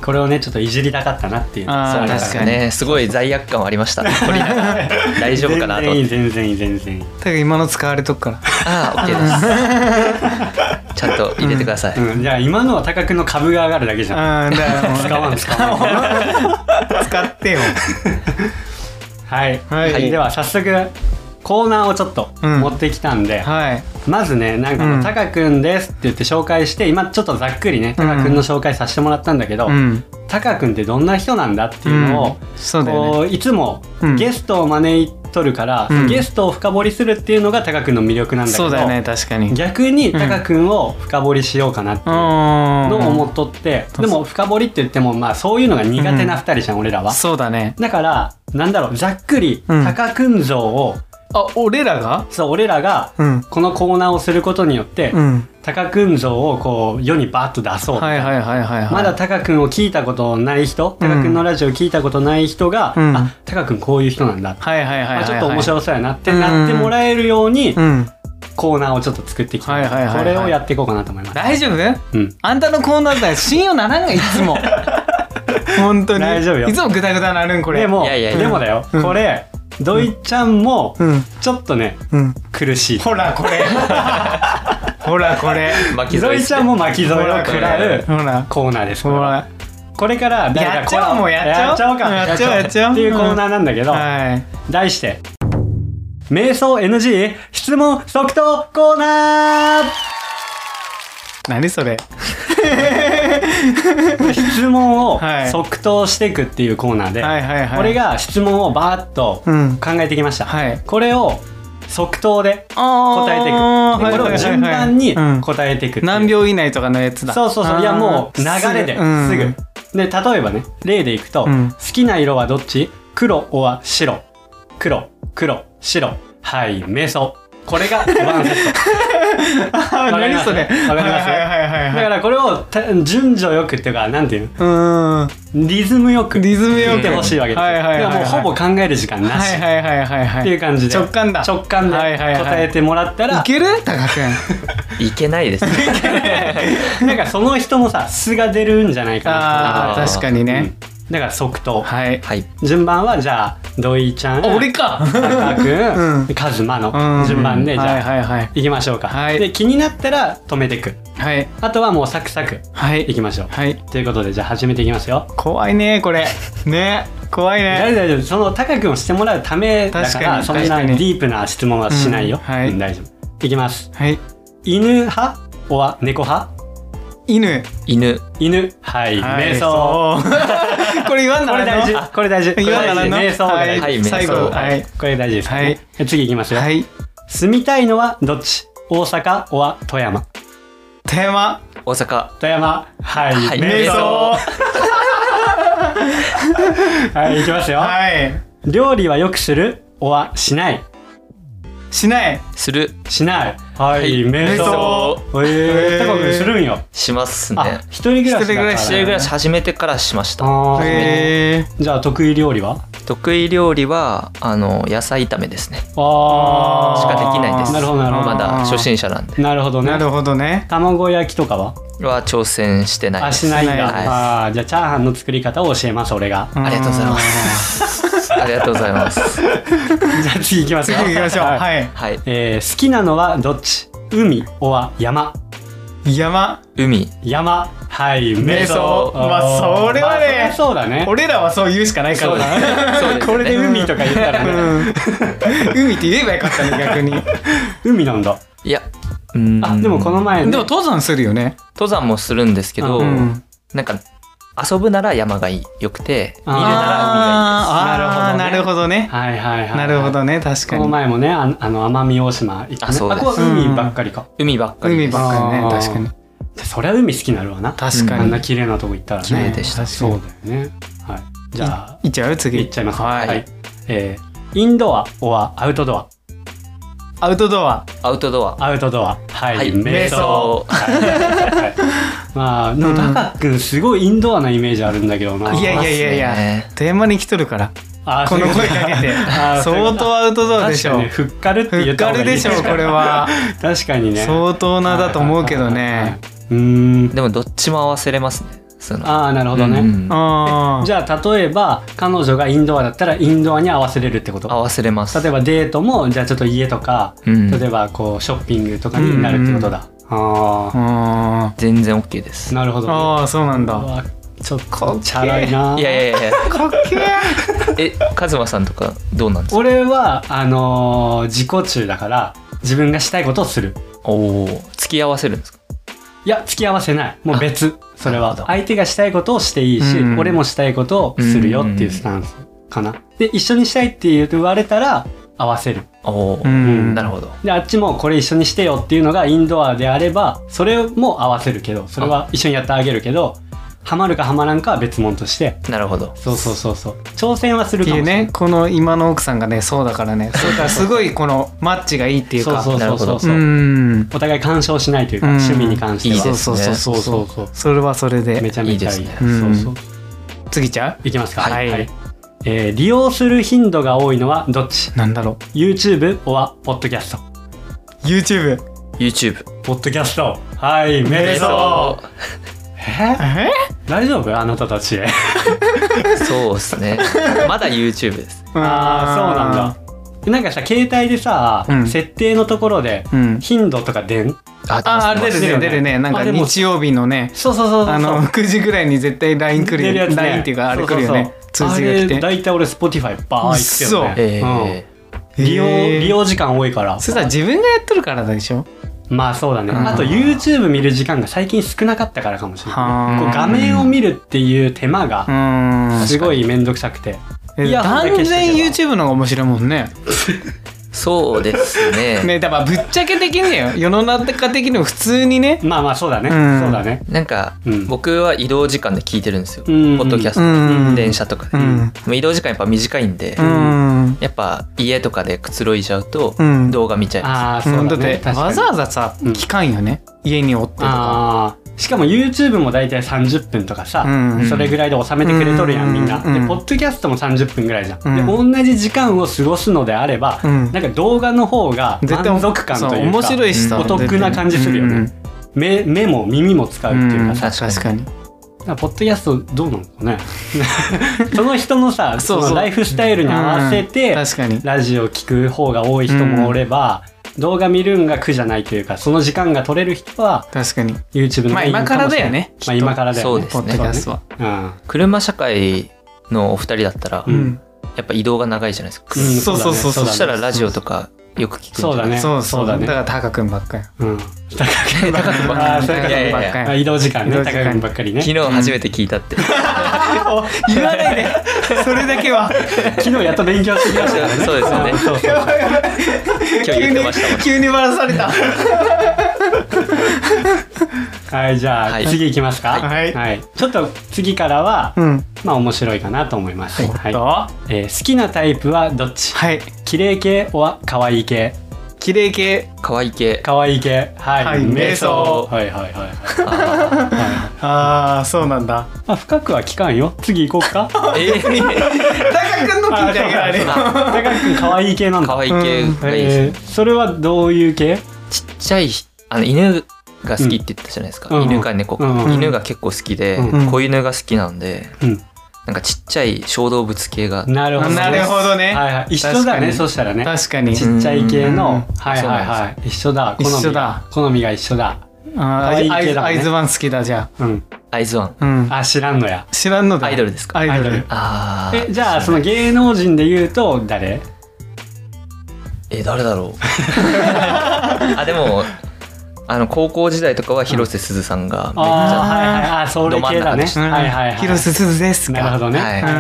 [SPEAKER 1] これをね、ちょっといじりたかったなっていう。
[SPEAKER 2] あー
[SPEAKER 3] そうなんですよねすごい罪悪感はありました撮りながら大丈夫かなと
[SPEAKER 1] 全然いい、
[SPEAKER 3] 思って
[SPEAKER 1] 全然いい、全然いい。
[SPEAKER 2] あ。ただ今の使われとく から。
[SPEAKER 3] ああ OK ですちゃんと入れてください、
[SPEAKER 1] うん、じゃあ今のは高くの株が上がるだけじゃん。
[SPEAKER 2] ああ、だから
[SPEAKER 1] 使わん、使わん。
[SPEAKER 2] 使ってよ。
[SPEAKER 1] はい、
[SPEAKER 2] はい
[SPEAKER 1] では早速コーナーをちょっと
[SPEAKER 2] うん
[SPEAKER 1] 持ってきたんで、
[SPEAKER 2] はい。
[SPEAKER 1] まずねなんかもう
[SPEAKER 2] うん
[SPEAKER 1] タカくんです」って言って紹介して今ちょっとざっくりねタカくんの紹介させてもらったんだけど、
[SPEAKER 2] うん。
[SPEAKER 1] タカくんってどんな人なんだっていうのを、
[SPEAKER 2] んそうだよね。
[SPEAKER 1] こういつも
[SPEAKER 2] うん
[SPEAKER 1] ゲストを招いとるから、
[SPEAKER 2] うん
[SPEAKER 1] ゲストを深掘りするっていうのがタカくんの魅力なんだけど
[SPEAKER 2] そうだよね、確かに。
[SPEAKER 1] 逆にタカくんを深掘りしようかなっていうのを思っとって、
[SPEAKER 2] うん
[SPEAKER 1] でも深掘りって言ってもまあそういうのが苦手な2人じゃん、俺らは。
[SPEAKER 2] そうだね。
[SPEAKER 1] だからなんだろうざっくり
[SPEAKER 2] うん
[SPEAKER 1] タカくん像を、
[SPEAKER 2] あ、俺らが
[SPEAKER 1] そう俺らが
[SPEAKER 2] うん。
[SPEAKER 1] このコーナーをすることによって、
[SPEAKER 2] うん。
[SPEAKER 1] タカくん像をこう世にバーッと出そうみた
[SPEAKER 2] はいい
[SPEAKER 1] な
[SPEAKER 2] はいはいはいはい。
[SPEAKER 1] まだタカ君を聞いたことない人、タカ君のラジオ聞いたことない人が、
[SPEAKER 2] うん
[SPEAKER 1] あ、タカ君こういう人なんだ。
[SPEAKER 2] はいはいはいはいはい。
[SPEAKER 1] あちょっと面
[SPEAKER 2] い。
[SPEAKER 1] 白そうやなって
[SPEAKER 2] うん
[SPEAKER 1] なってもらえるように
[SPEAKER 2] うん。
[SPEAKER 1] コーナーをちょっと作ってきた、
[SPEAKER 2] はいはいはいはい
[SPEAKER 1] これをやっていこうかなと思います。
[SPEAKER 2] 大丈夫
[SPEAKER 1] うん、
[SPEAKER 2] あんたのコーナーだよ信用ならんがいつ も本当に
[SPEAKER 1] 大丈夫よ
[SPEAKER 2] いつもグダグダなるんこれ
[SPEAKER 1] でも
[SPEAKER 3] いやいやいや
[SPEAKER 1] でもだよ、
[SPEAKER 2] うん
[SPEAKER 1] これドイちゃんも
[SPEAKER 2] うん
[SPEAKER 1] ちょっとね
[SPEAKER 2] うん
[SPEAKER 1] 苦しい。
[SPEAKER 2] ほらこれ ほら これ
[SPEAKER 3] 巻き
[SPEAKER 1] ド
[SPEAKER 3] 添え
[SPEAKER 1] イ
[SPEAKER 3] し
[SPEAKER 1] ち
[SPEAKER 3] て
[SPEAKER 1] ゃんも巻き添えを食らう
[SPEAKER 2] ほら
[SPEAKER 1] コーナーです。これ
[SPEAKER 2] ほ
[SPEAKER 1] は
[SPEAKER 2] ら
[SPEAKER 1] これから誰か
[SPEAKER 2] やっちゃおう
[SPEAKER 1] コラボ
[SPEAKER 2] もうやっちゃおう
[SPEAKER 1] やっちゃおうか。
[SPEAKER 2] やっちゃおうやっちゃおう
[SPEAKER 1] っていうコーナーなんだけど、
[SPEAKER 2] はい
[SPEAKER 1] 題して瞑想 NG 質問即答コーナー
[SPEAKER 2] 何それ
[SPEAKER 1] 質問を
[SPEAKER 2] はい
[SPEAKER 1] 即答していくっていうコーナーで、
[SPEAKER 2] はいはいはい
[SPEAKER 1] 俺が質問をバーッと
[SPEAKER 2] うん
[SPEAKER 1] 考えてきました、
[SPEAKER 2] はい
[SPEAKER 1] これを即答で
[SPEAKER 2] 答
[SPEAKER 1] 答えていく、でこれを順番に答えていくっていう
[SPEAKER 2] 何秒以内とかのやつだ
[SPEAKER 1] そうそうそういや
[SPEAKER 2] あー
[SPEAKER 1] もう流れです
[SPEAKER 2] うん
[SPEAKER 1] すぐで例えばね例でいくと、
[SPEAKER 2] うん
[SPEAKER 1] 好きな色はどっち黒おは白黒黒白はい瞑想これが ワンセット
[SPEAKER 2] あ
[SPEAKER 1] わ
[SPEAKER 2] ー
[SPEAKER 1] かり
[SPEAKER 2] 何
[SPEAKER 1] ます
[SPEAKER 2] それ
[SPEAKER 1] わかります
[SPEAKER 2] はいはいはい
[SPEAKER 1] だ
[SPEAKER 2] はい
[SPEAKER 1] からこれをた順序よくっていうかなんていう
[SPEAKER 2] うーん
[SPEAKER 1] のリズムよく
[SPEAKER 2] リズムよ
[SPEAKER 1] 言
[SPEAKER 2] く
[SPEAKER 1] ってほしいわけですよ、
[SPEAKER 2] はいはいはいはい
[SPEAKER 1] だからもうほぼ考える時間なし、
[SPEAKER 2] はいはいはいはいはい
[SPEAKER 1] っていう感じで
[SPEAKER 2] 直感だ
[SPEAKER 1] 直感で
[SPEAKER 2] はいはいはい
[SPEAKER 1] 答えてもらったら、
[SPEAKER 2] いける 高くん
[SPEAKER 3] いけないですね
[SPEAKER 1] なんかその人のさ素が出るんじゃないかな
[SPEAKER 2] あ
[SPEAKER 3] あ
[SPEAKER 2] ー
[SPEAKER 3] ー
[SPEAKER 2] 確かに
[SPEAKER 1] と、
[SPEAKER 2] ね、
[SPEAKER 1] うんだから即答
[SPEAKER 2] はい
[SPEAKER 3] はい
[SPEAKER 1] 順番はじゃあ土井ちゃん
[SPEAKER 2] あ俺か
[SPEAKER 1] 高
[SPEAKER 2] うん
[SPEAKER 1] くんカズマ
[SPEAKER 2] うん
[SPEAKER 1] の順番でじゃあ、
[SPEAKER 2] はい
[SPEAKER 1] い
[SPEAKER 2] はいはい
[SPEAKER 1] きましょうか、
[SPEAKER 2] はい
[SPEAKER 1] で気になったら止めてく
[SPEAKER 2] はい
[SPEAKER 1] あとはもうサクサク
[SPEAKER 2] はいい
[SPEAKER 1] きましょう
[SPEAKER 2] はい
[SPEAKER 1] ということでじゃあ始めていきますよ
[SPEAKER 2] 怖いねこれね怖い
[SPEAKER 1] 大丈
[SPEAKER 2] ね
[SPEAKER 1] 夫大丈夫その高くんをしてもらうためだか
[SPEAKER 2] 確からに
[SPEAKER 1] そんな
[SPEAKER 2] 確か
[SPEAKER 1] デ
[SPEAKER 2] に
[SPEAKER 1] ィープな質問はしないよ、
[SPEAKER 2] うんはい
[SPEAKER 1] うん大丈夫いきます
[SPEAKER 2] はい
[SPEAKER 1] 犬派おは猫派
[SPEAKER 2] 犬
[SPEAKER 3] 犬
[SPEAKER 1] 犬はい、
[SPEAKER 2] はい
[SPEAKER 1] 瞑想
[SPEAKER 2] そう これ言わんな
[SPEAKER 1] こ
[SPEAKER 2] ら
[SPEAKER 1] れ
[SPEAKER 2] んの
[SPEAKER 1] 大事これ大事これ
[SPEAKER 2] 言わん
[SPEAKER 1] 大
[SPEAKER 2] ならん
[SPEAKER 1] 事
[SPEAKER 2] の
[SPEAKER 1] 瞑想が大事、
[SPEAKER 3] はい
[SPEAKER 2] 最後
[SPEAKER 3] 瞑想
[SPEAKER 2] はい
[SPEAKER 1] これ大事ですからね、次いきますよ、
[SPEAKER 2] はい
[SPEAKER 1] 住みたいのはどっち大阪おは富山
[SPEAKER 2] テーマ
[SPEAKER 3] 大阪
[SPEAKER 1] 富山はい、
[SPEAKER 3] は
[SPEAKER 1] 瞑
[SPEAKER 3] い瞑
[SPEAKER 1] 想
[SPEAKER 3] 想
[SPEAKER 1] はいいきますよ、
[SPEAKER 2] はい
[SPEAKER 1] 料理はよくするおはしない
[SPEAKER 2] しない
[SPEAKER 3] する
[SPEAKER 1] しないはい、
[SPEAKER 3] はい
[SPEAKER 1] 瞑
[SPEAKER 2] 瞑
[SPEAKER 1] 想
[SPEAKER 2] 想
[SPEAKER 1] えー、
[SPEAKER 2] へー
[SPEAKER 1] タコ君するんよ
[SPEAKER 3] します
[SPEAKER 1] あ
[SPEAKER 3] ね
[SPEAKER 1] 一人暮らしだから、ね、
[SPEAKER 2] 一
[SPEAKER 3] 一人暮らし始めてからしました
[SPEAKER 1] あー
[SPEAKER 2] へえ
[SPEAKER 1] じゃあ得意料理は
[SPEAKER 3] 得意料理はあの野菜炒めですね
[SPEAKER 1] あー
[SPEAKER 3] しかできないです
[SPEAKER 1] なるほどなるほ
[SPEAKER 3] まだ初心者なんで
[SPEAKER 1] どなるほどね
[SPEAKER 2] なるほどね
[SPEAKER 1] 卵焼きとかは
[SPEAKER 3] は挑戦してない
[SPEAKER 1] あ
[SPEAKER 3] で
[SPEAKER 1] し
[SPEAKER 3] す
[SPEAKER 1] ないんだ、
[SPEAKER 2] はい
[SPEAKER 1] あーじゃあチャーハンの作り方を教えます俺が
[SPEAKER 3] ありがとうございますありがとうございます
[SPEAKER 1] じゃあ次いきます
[SPEAKER 2] 次
[SPEAKER 1] よ
[SPEAKER 2] 行きましょう
[SPEAKER 1] はい
[SPEAKER 2] はい
[SPEAKER 3] はい
[SPEAKER 1] えー好きなのはどっち海おは山
[SPEAKER 2] 山
[SPEAKER 3] 海
[SPEAKER 1] 山はい瞑
[SPEAKER 2] 瞑
[SPEAKER 1] 想
[SPEAKER 2] 想まあ
[SPEAKER 1] おー
[SPEAKER 2] それ
[SPEAKER 1] まあ
[SPEAKER 2] はね
[SPEAKER 1] そりゃそうだね
[SPEAKER 2] 俺らはそう言うしかないか
[SPEAKER 3] そう
[SPEAKER 2] ら
[SPEAKER 3] で
[SPEAKER 2] な
[SPEAKER 3] すね
[SPEAKER 1] これで海とか言ったらね、
[SPEAKER 2] うん海って言えばよかったね逆 に
[SPEAKER 1] 海なんだ
[SPEAKER 3] いやうーん
[SPEAKER 1] あでもこの前、ね、
[SPEAKER 2] でも登山するよね
[SPEAKER 3] 登山もするんですけど、
[SPEAKER 1] うん
[SPEAKER 3] なんか遊ぶなら山がよくて見るな
[SPEAKER 2] あー
[SPEAKER 3] ら
[SPEAKER 2] あーな
[SPEAKER 1] な
[SPEAKER 2] る
[SPEAKER 1] る
[SPEAKER 2] ほ
[SPEAKER 1] ほ
[SPEAKER 2] どね。
[SPEAKER 1] はいはいはい。
[SPEAKER 2] なるほどね、確か
[SPEAKER 1] この
[SPEAKER 2] に。
[SPEAKER 1] 前もね、あのあの奄美大島行った、ね。
[SPEAKER 3] あそうです
[SPEAKER 1] ここは海ばっかりか。
[SPEAKER 3] 海ばっかり
[SPEAKER 2] 海
[SPEAKER 3] です
[SPEAKER 2] ばっかりね、
[SPEAKER 1] あー
[SPEAKER 2] 確かに。
[SPEAKER 1] そりゃ海好きになるわな。
[SPEAKER 2] 確
[SPEAKER 1] あ
[SPEAKER 2] か
[SPEAKER 1] ん
[SPEAKER 2] に
[SPEAKER 1] な。綺麗なとこ行ったらね。
[SPEAKER 3] 綺麗でした
[SPEAKER 2] 確か
[SPEAKER 1] そう
[SPEAKER 2] に
[SPEAKER 1] だよね。はい。じゃあ、
[SPEAKER 2] いっちゃう次。
[SPEAKER 1] いっちゃいます。
[SPEAKER 3] はい
[SPEAKER 1] えーインドア、オア、アウトドア。
[SPEAKER 2] アウトドア。
[SPEAKER 3] アウトドア
[SPEAKER 1] アウトドア。はい。
[SPEAKER 3] はい
[SPEAKER 1] 瞑想。はいはい まあ、で
[SPEAKER 2] う
[SPEAKER 1] も、
[SPEAKER 2] ん
[SPEAKER 1] タカ君、すごいインドアなイメージあるんだけどな。
[SPEAKER 2] いやいやいやい
[SPEAKER 3] あります
[SPEAKER 2] や
[SPEAKER 3] ね、
[SPEAKER 2] 富山に来とるから、
[SPEAKER 1] あー
[SPEAKER 2] この声か けて。相。当アウトドアでし
[SPEAKER 1] そう
[SPEAKER 2] ょ
[SPEAKER 1] いうことあーそういうこと確かにね、。ふっかるっ
[SPEAKER 2] ふ
[SPEAKER 1] て言
[SPEAKER 2] っ
[SPEAKER 1] った
[SPEAKER 2] か
[SPEAKER 1] 方がい
[SPEAKER 2] る
[SPEAKER 1] い
[SPEAKER 2] でしょ、これ。は。
[SPEAKER 1] 確かにね。
[SPEAKER 2] 相当なだと思うけど
[SPEAKER 1] はいはいはいは
[SPEAKER 2] ね
[SPEAKER 1] い。。うーん。
[SPEAKER 3] でもどっちも合わせれますねその
[SPEAKER 1] ああ、なるほど
[SPEAKER 3] う
[SPEAKER 1] ね。
[SPEAKER 3] ん
[SPEAKER 2] ああ。
[SPEAKER 1] じゃあ、例えば、彼女がインドアだったら、インドアに合わせれるってこと
[SPEAKER 3] 合わせれます
[SPEAKER 1] 例えばデートもじゃあちょっと家とか、
[SPEAKER 3] うん
[SPEAKER 1] 例えばこうショッピングとかになるってことだ、ああ
[SPEAKER 2] あ
[SPEAKER 3] 全然 OK です
[SPEAKER 1] ーなるほど
[SPEAKER 2] ーあー、そうなんだ
[SPEAKER 1] う。わちょっ
[SPEAKER 2] かっけ
[SPEAKER 1] と
[SPEAKER 2] ー
[SPEAKER 1] チャラいない
[SPEAKER 3] やいやいやいや
[SPEAKER 2] かっけえ。
[SPEAKER 3] えカズマさんとかどうなんですか
[SPEAKER 1] 俺はあのー自己中だから自分がしたいことをする
[SPEAKER 3] おお付き合わせるんですか
[SPEAKER 1] いや付き合わせないもう別それは
[SPEAKER 3] なるほど
[SPEAKER 1] 相手がしたいことをしていいし、
[SPEAKER 2] うん
[SPEAKER 1] 俺もしたいことをするよっていうスタンスかな、で一緒にしたいって言われたら合わせる
[SPEAKER 3] おお
[SPEAKER 2] うん
[SPEAKER 3] なるほど
[SPEAKER 1] であっちもこれ一緒にしてよっていうのがインドアであればそれも合わせるけどそれは一緒にやってあげるけどハマるかハマらんかは別物として
[SPEAKER 3] なるほど
[SPEAKER 1] そうそうそうそう挑戦はす
[SPEAKER 2] っ
[SPEAKER 1] る
[SPEAKER 2] て
[SPEAKER 1] かもし
[SPEAKER 2] いう
[SPEAKER 1] れない
[SPEAKER 2] ねこの今の奥さんがねそうだからねそれからすごいこのマッチがいいっていう
[SPEAKER 1] そう
[SPEAKER 2] か
[SPEAKER 1] そうそ
[SPEAKER 3] な
[SPEAKER 1] う
[SPEAKER 3] るほ
[SPEAKER 1] そう
[SPEAKER 3] ど
[SPEAKER 1] そううんお互い干渉しないというか
[SPEAKER 2] うん
[SPEAKER 1] 趣味に関して
[SPEAKER 3] いい
[SPEAKER 1] は
[SPEAKER 3] です
[SPEAKER 2] そうそうそう
[SPEAKER 1] そう
[SPEAKER 2] そ
[SPEAKER 1] そうそう
[SPEAKER 2] それはそれ
[SPEAKER 1] め
[SPEAKER 2] で
[SPEAKER 1] ちゃめちゃいい
[SPEAKER 3] いいです
[SPEAKER 2] ねうん
[SPEAKER 1] そうそう
[SPEAKER 2] 次ちゃ
[SPEAKER 1] いきますか
[SPEAKER 2] はい
[SPEAKER 1] えー利用する頻度が多いのはどっち
[SPEAKER 2] うなんだろ
[SPEAKER 1] YouTube おはポッドキャスト
[SPEAKER 2] YouTube
[SPEAKER 3] YouTube
[SPEAKER 1] ポッドキャストはい瞑想え
[SPEAKER 2] え
[SPEAKER 1] 大丈夫あなたたち
[SPEAKER 3] そうですねまだ YouTube です
[SPEAKER 1] ああそうなんだなんかさ携帯でさ、
[SPEAKER 2] うん
[SPEAKER 1] 設定のところで
[SPEAKER 2] だうん
[SPEAKER 1] 頻度とかでん
[SPEAKER 3] あ
[SPEAKER 2] ああれ出る
[SPEAKER 1] 出
[SPEAKER 2] 出
[SPEAKER 1] るよ
[SPEAKER 2] る
[SPEAKER 1] ね
[SPEAKER 2] 出るねなん
[SPEAKER 1] あ
[SPEAKER 2] か
[SPEAKER 1] でも
[SPEAKER 2] 日曜日のね
[SPEAKER 1] そうそうそうそう
[SPEAKER 2] あの9時ぐらいに絶対 LINE 来
[SPEAKER 1] 出
[SPEAKER 2] る
[SPEAKER 1] る
[SPEAKER 2] よ
[SPEAKER 1] やつね
[SPEAKER 2] LINE っていうかあれ来るよね
[SPEAKER 1] そ
[SPEAKER 2] 通
[SPEAKER 1] うそうそう
[SPEAKER 2] 知が来
[SPEAKER 1] あれ
[SPEAKER 2] て
[SPEAKER 1] 大体俺 Spotify バーいってよね、
[SPEAKER 3] え
[SPEAKER 1] うん
[SPEAKER 3] え
[SPEAKER 1] 利用
[SPEAKER 2] へー
[SPEAKER 1] 利用時間多いから
[SPEAKER 2] それさ自分がやっとるからでしょ
[SPEAKER 1] まあそうだね
[SPEAKER 2] うん
[SPEAKER 1] あと YouTube 見る時間が最近少なかったからかもしれな
[SPEAKER 2] はいー
[SPEAKER 1] こう画面を見るっていう手間
[SPEAKER 2] う
[SPEAKER 1] が
[SPEAKER 2] ん
[SPEAKER 1] すごい面倒くさくてイヤホンだけ
[SPEAKER 2] 断
[SPEAKER 1] してれば
[SPEAKER 2] 然 YouTube の方が面白いもんね
[SPEAKER 3] そうです ね
[SPEAKER 2] ねだからぶっちゃけ的によ世の中的にも普通にね
[SPEAKER 1] まあまあそうだね
[SPEAKER 2] うん
[SPEAKER 1] そうだね
[SPEAKER 3] なんか、
[SPEAKER 1] うん
[SPEAKER 3] 僕は移動時間で聞いてるんですよ、
[SPEAKER 1] うん
[SPEAKER 3] ポッドキャスト、
[SPEAKER 2] うん
[SPEAKER 3] 電車とかで、
[SPEAKER 2] うん
[SPEAKER 3] もう移動時間やっぱ短いんで、
[SPEAKER 2] うん
[SPEAKER 3] やっぱ家とかでくつろいじゃうと、
[SPEAKER 2] うん
[SPEAKER 3] 動画見ちゃいます
[SPEAKER 1] ああ
[SPEAKER 2] う
[SPEAKER 1] そ
[SPEAKER 2] ん
[SPEAKER 1] う
[SPEAKER 2] だ
[SPEAKER 1] だ
[SPEAKER 2] っ
[SPEAKER 1] ね
[SPEAKER 2] てわざわざさ
[SPEAKER 1] うん
[SPEAKER 2] 聞かんよね家におってとか
[SPEAKER 1] あーしかも YouTube も大体30分とかさ、
[SPEAKER 2] うん
[SPEAKER 1] それぐらいで収めてくれとるやん、
[SPEAKER 2] うん
[SPEAKER 1] みんな、
[SPEAKER 2] う
[SPEAKER 1] で
[SPEAKER 2] ん
[SPEAKER 1] ポッドキャストも30分ぐらいじゃん、
[SPEAKER 2] う
[SPEAKER 1] で同じ時間を過ごすのであれば、
[SPEAKER 2] うん
[SPEAKER 1] なんか動画の方が満足感というか
[SPEAKER 2] そう面白いしさ
[SPEAKER 1] お得な感じするよね、目目も耳も使う
[SPEAKER 2] う
[SPEAKER 1] って
[SPEAKER 2] ん
[SPEAKER 1] いう
[SPEAKER 2] う
[SPEAKER 1] か
[SPEAKER 2] ん
[SPEAKER 1] さ、
[SPEAKER 2] 確かに
[SPEAKER 1] だからポッドキャストどうなのかねその人のさ
[SPEAKER 2] そう
[SPEAKER 1] そ
[SPEAKER 2] そう
[SPEAKER 1] のライフスタイルに合わせて、
[SPEAKER 2] 確かに
[SPEAKER 1] ラジオ聞く方が多い人もおれば、動画見るんが苦じゃないというかその時間が取れる人は
[SPEAKER 2] 確かに
[SPEAKER 1] YouTube の
[SPEAKER 2] まあ今からだよね
[SPEAKER 1] まあ今からだよね
[SPEAKER 3] きっ
[SPEAKER 2] ポッドキャストは
[SPEAKER 1] うん
[SPEAKER 3] 車社会のお二人だったら、
[SPEAKER 1] うん
[SPEAKER 3] やっぱ移動が長いじゃないですか、
[SPEAKER 1] うん
[SPEAKER 2] そうそうそうそ
[SPEAKER 1] だ
[SPEAKER 2] う
[SPEAKER 1] ね
[SPEAKER 3] そしたらラジオとかよく聞くんじゃ
[SPEAKER 1] そう
[SPEAKER 3] ない
[SPEAKER 1] だね
[SPEAKER 2] そうそうだ
[SPEAKER 1] ね
[SPEAKER 2] だからタカ君ばっかり
[SPEAKER 1] うん高くばっかり
[SPEAKER 3] 高くばっかり
[SPEAKER 1] あーそういうこと
[SPEAKER 3] いやいやいや
[SPEAKER 1] まあ移動時間ね
[SPEAKER 2] 移動
[SPEAKER 1] 高
[SPEAKER 2] 時間
[SPEAKER 1] くばっかりね
[SPEAKER 3] 昨日初めて聞いたって、
[SPEAKER 2] 言わないで それだけは
[SPEAKER 1] 昨日やっと勉強してきましたからね
[SPEAKER 3] そうですよね
[SPEAKER 1] そうそうそう
[SPEAKER 3] 今日言ってましたもん
[SPEAKER 2] 急にバラされた
[SPEAKER 1] はいじゃ
[SPEAKER 3] は
[SPEAKER 1] あ
[SPEAKER 3] い
[SPEAKER 1] 次いきますか
[SPEAKER 2] はい
[SPEAKER 1] ちょっと次からは
[SPEAKER 2] うん
[SPEAKER 1] まあ面白いかなと思いますはい
[SPEAKER 2] と
[SPEAKER 1] えー好きなタイプはどっち
[SPEAKER 2] はい
[SPEAKER 1] 綺麗系は可愛い系
[SPEAKER 2] 綺麗系
[SPEAKER 3] 可愛い系
[SPEAKER 1] 可愛い系はい、
[SPEAKER 2] はい瞑想
[SPEAKER 1] はいはいはいはい
[SPEAKER 3] あ
[SPEAKER 2] ああそうなんだ
[SPEAKER 1] まあ深くは聞かんよ次行こうか
[SPEAKER 3] ーえー、
[SPEAKER 2] タカ君の聞いてあげられる
[SPEAKER 3] あ
[SPEAKER 1] 高橋君可愛い系なんだ
[SPEAKER 3] 可愛い系がいいですね
[SPEAKER 1] えーそれはどういう系
[SPEAKER 3] ちっちゃいあの犬が好きって言ったじゃないですか、
[SPEAKER 1] うん
[SPEAKER 3] 犬か猫か、
[SPEAKER 1] うん
[SPEAKER 3] 犬が結構好きで、
[SPEAKER 1] うん
[SPEAKER 3] 子犬が好きなんで
[SPEAKER 1] うん
[SPEAKER 3] なんかちっちゃい小動物系が
[SPEAKER 1] なるほどね
[SPEAKER 2] なるほどね
[SPEAKER 1] はいはい一緒だ
[SPEAKER 2] 確か
[SPEAKER 1] ね
[SPEAKER 2] に
[SPEAKER 1] そしたらね
[SPEAKER 2] 確かに
[SPEAKER 1] ちっちゃい系
[SPEAKER 2] うん
[SPEAKER 1] のはいはい
[SPEAKER 3] そうな
[SPEAKER 1] はい一緒だ好みが
[SPEAKER 2] 一緒だ
[SPEAKER 1] 好みが一緒だ
[SPEAKER 2] あ
[SPEAKER 1] 可愛い
[SPEAKER 2] ーアイ
[SPEAKER 1] 系
[SPEAKER 2] ズ
[SPEAKER 1] だもん
[SPEAKER 2] ア
[SPEAKER 1] ね
[SPEAKER 2] イズワン好きだじゃ
[SPEAKER 1] うん
[SPEAKER 3] アイズワン
[SPEAKER 2] あうん
[SPEAKER 1] あ知らんのや
[SPEAKER 2] 知らんのだ
[SPEAKER 3] アイドルですか
[SPEAKER 2] アイド
[SPEAKER 1] アイド
[SPEAKER 2] ル
[SPEAKER 1] ル
[SPEAKER 3] あー
[SPEAKER 1] えじゃあその芸能人で言うと誰
[SPEAKER 3] え誰だろう あでもあの高校時代とかは広瀬すずさんがめっち
[SPEAKER 1] あ
[SPEAKER 3] ゃ
[SPEAKER 1] ーはいはいあソウル系だね
[SPEAKER 3] ど真ん中でし
[SPEAKER 2] うん
[SPEAKER 1] はいはいはい
[SPEAKER 2] 広瀬すずです
[SPEAKER 1] なるほ
[SPEAKER 2] か
[SPEAKER 1] どね。
[SPEAKER 3] は
[SPEAKER 1] はいいはい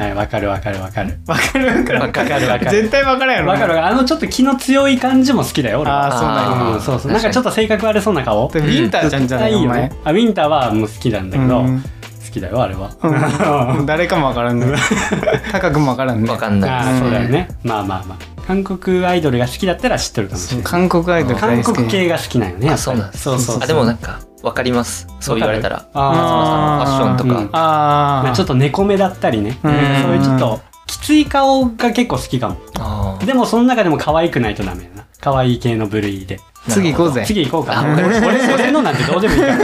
[SPEAKER 1] はい。わかるわかるわかる。
[SPEAKER 2] わかるわかる
[SPEAKER 3] わかる
[SPEAKER 1] わかる
[SPEAKER 2] 絶対わからんやろ
[SPEAKER 1] わかるわかる。あのちょっと気の強い感じも好きだよ、俺
[SPEAKER 2] あ
[SPEAKER 1] は。
[SPEAKER 2] あそうなんや
[SPEAKER 3] ー
[SPEAKER 1] うん、そうそう。
[SPEAKER 3] 確かに
[SPEAKER 1] なんかちょっと性格悪そうな顔。
[SPEAKER 2] でウィンターちゃんじゃない
[SPEAKER 1] い
[SPEAKER 2] お
[SPEAKER 1] いよ
[SPEAKER 2] 前
[SPEAKER 1] ね。あ、ウィンターはもう好きなんだけど、
[SPEAKER 2] う
[SPEAKER 1] 好
[SPEAKER 2] ん
[SPEAKER 1] きだよ、あれは。
[SPEAKER 2] うん 誰かもわからんね高くもわからんね
[SPEAKER 3] わかんない
[SPEAKER 1] ああ、そうだよね。まあまあまあ。韓国アイドルが好きだったら知ってるかもしれない。
[SPEAKER 2] 韓国アイドル
[SPEAKER 1] 韓
[SPEAKER 2] 大好き
[SPEAKER 1] 国系が好きなんよね。やっぱり
[SPEAKER 3] あそうなんです
[SPEAKER 1] そうそうそう。
[SPEAKER 3] あでもなんかわかりますそう言われたら
[SPEAKER 1] あー
[SPEAKER 3] ファッションとか、
[SPEAKER 1] うん
[SPEAKER 2] あ
[SPEAKER 1] まあ、ちょっ
[SPEAKER 2] と
[SPEAKER 1] と猫目だったりね、
[SPEAKER 2] うん
[SPEAKER 1] そういうちょっときつい顔が結構好きかも
[SPEAKER 3] あー
[SPEAKER 1] でもその中でも可愛くないとダメだな可愛い系の部類で
[SPEAKER 2] 次行こうぜ
[SPEAKER 1] 次行こうか
[SPEAKER 3] あわかりました
[SPEAKER 1] 俺俺のなんてどうでもいいから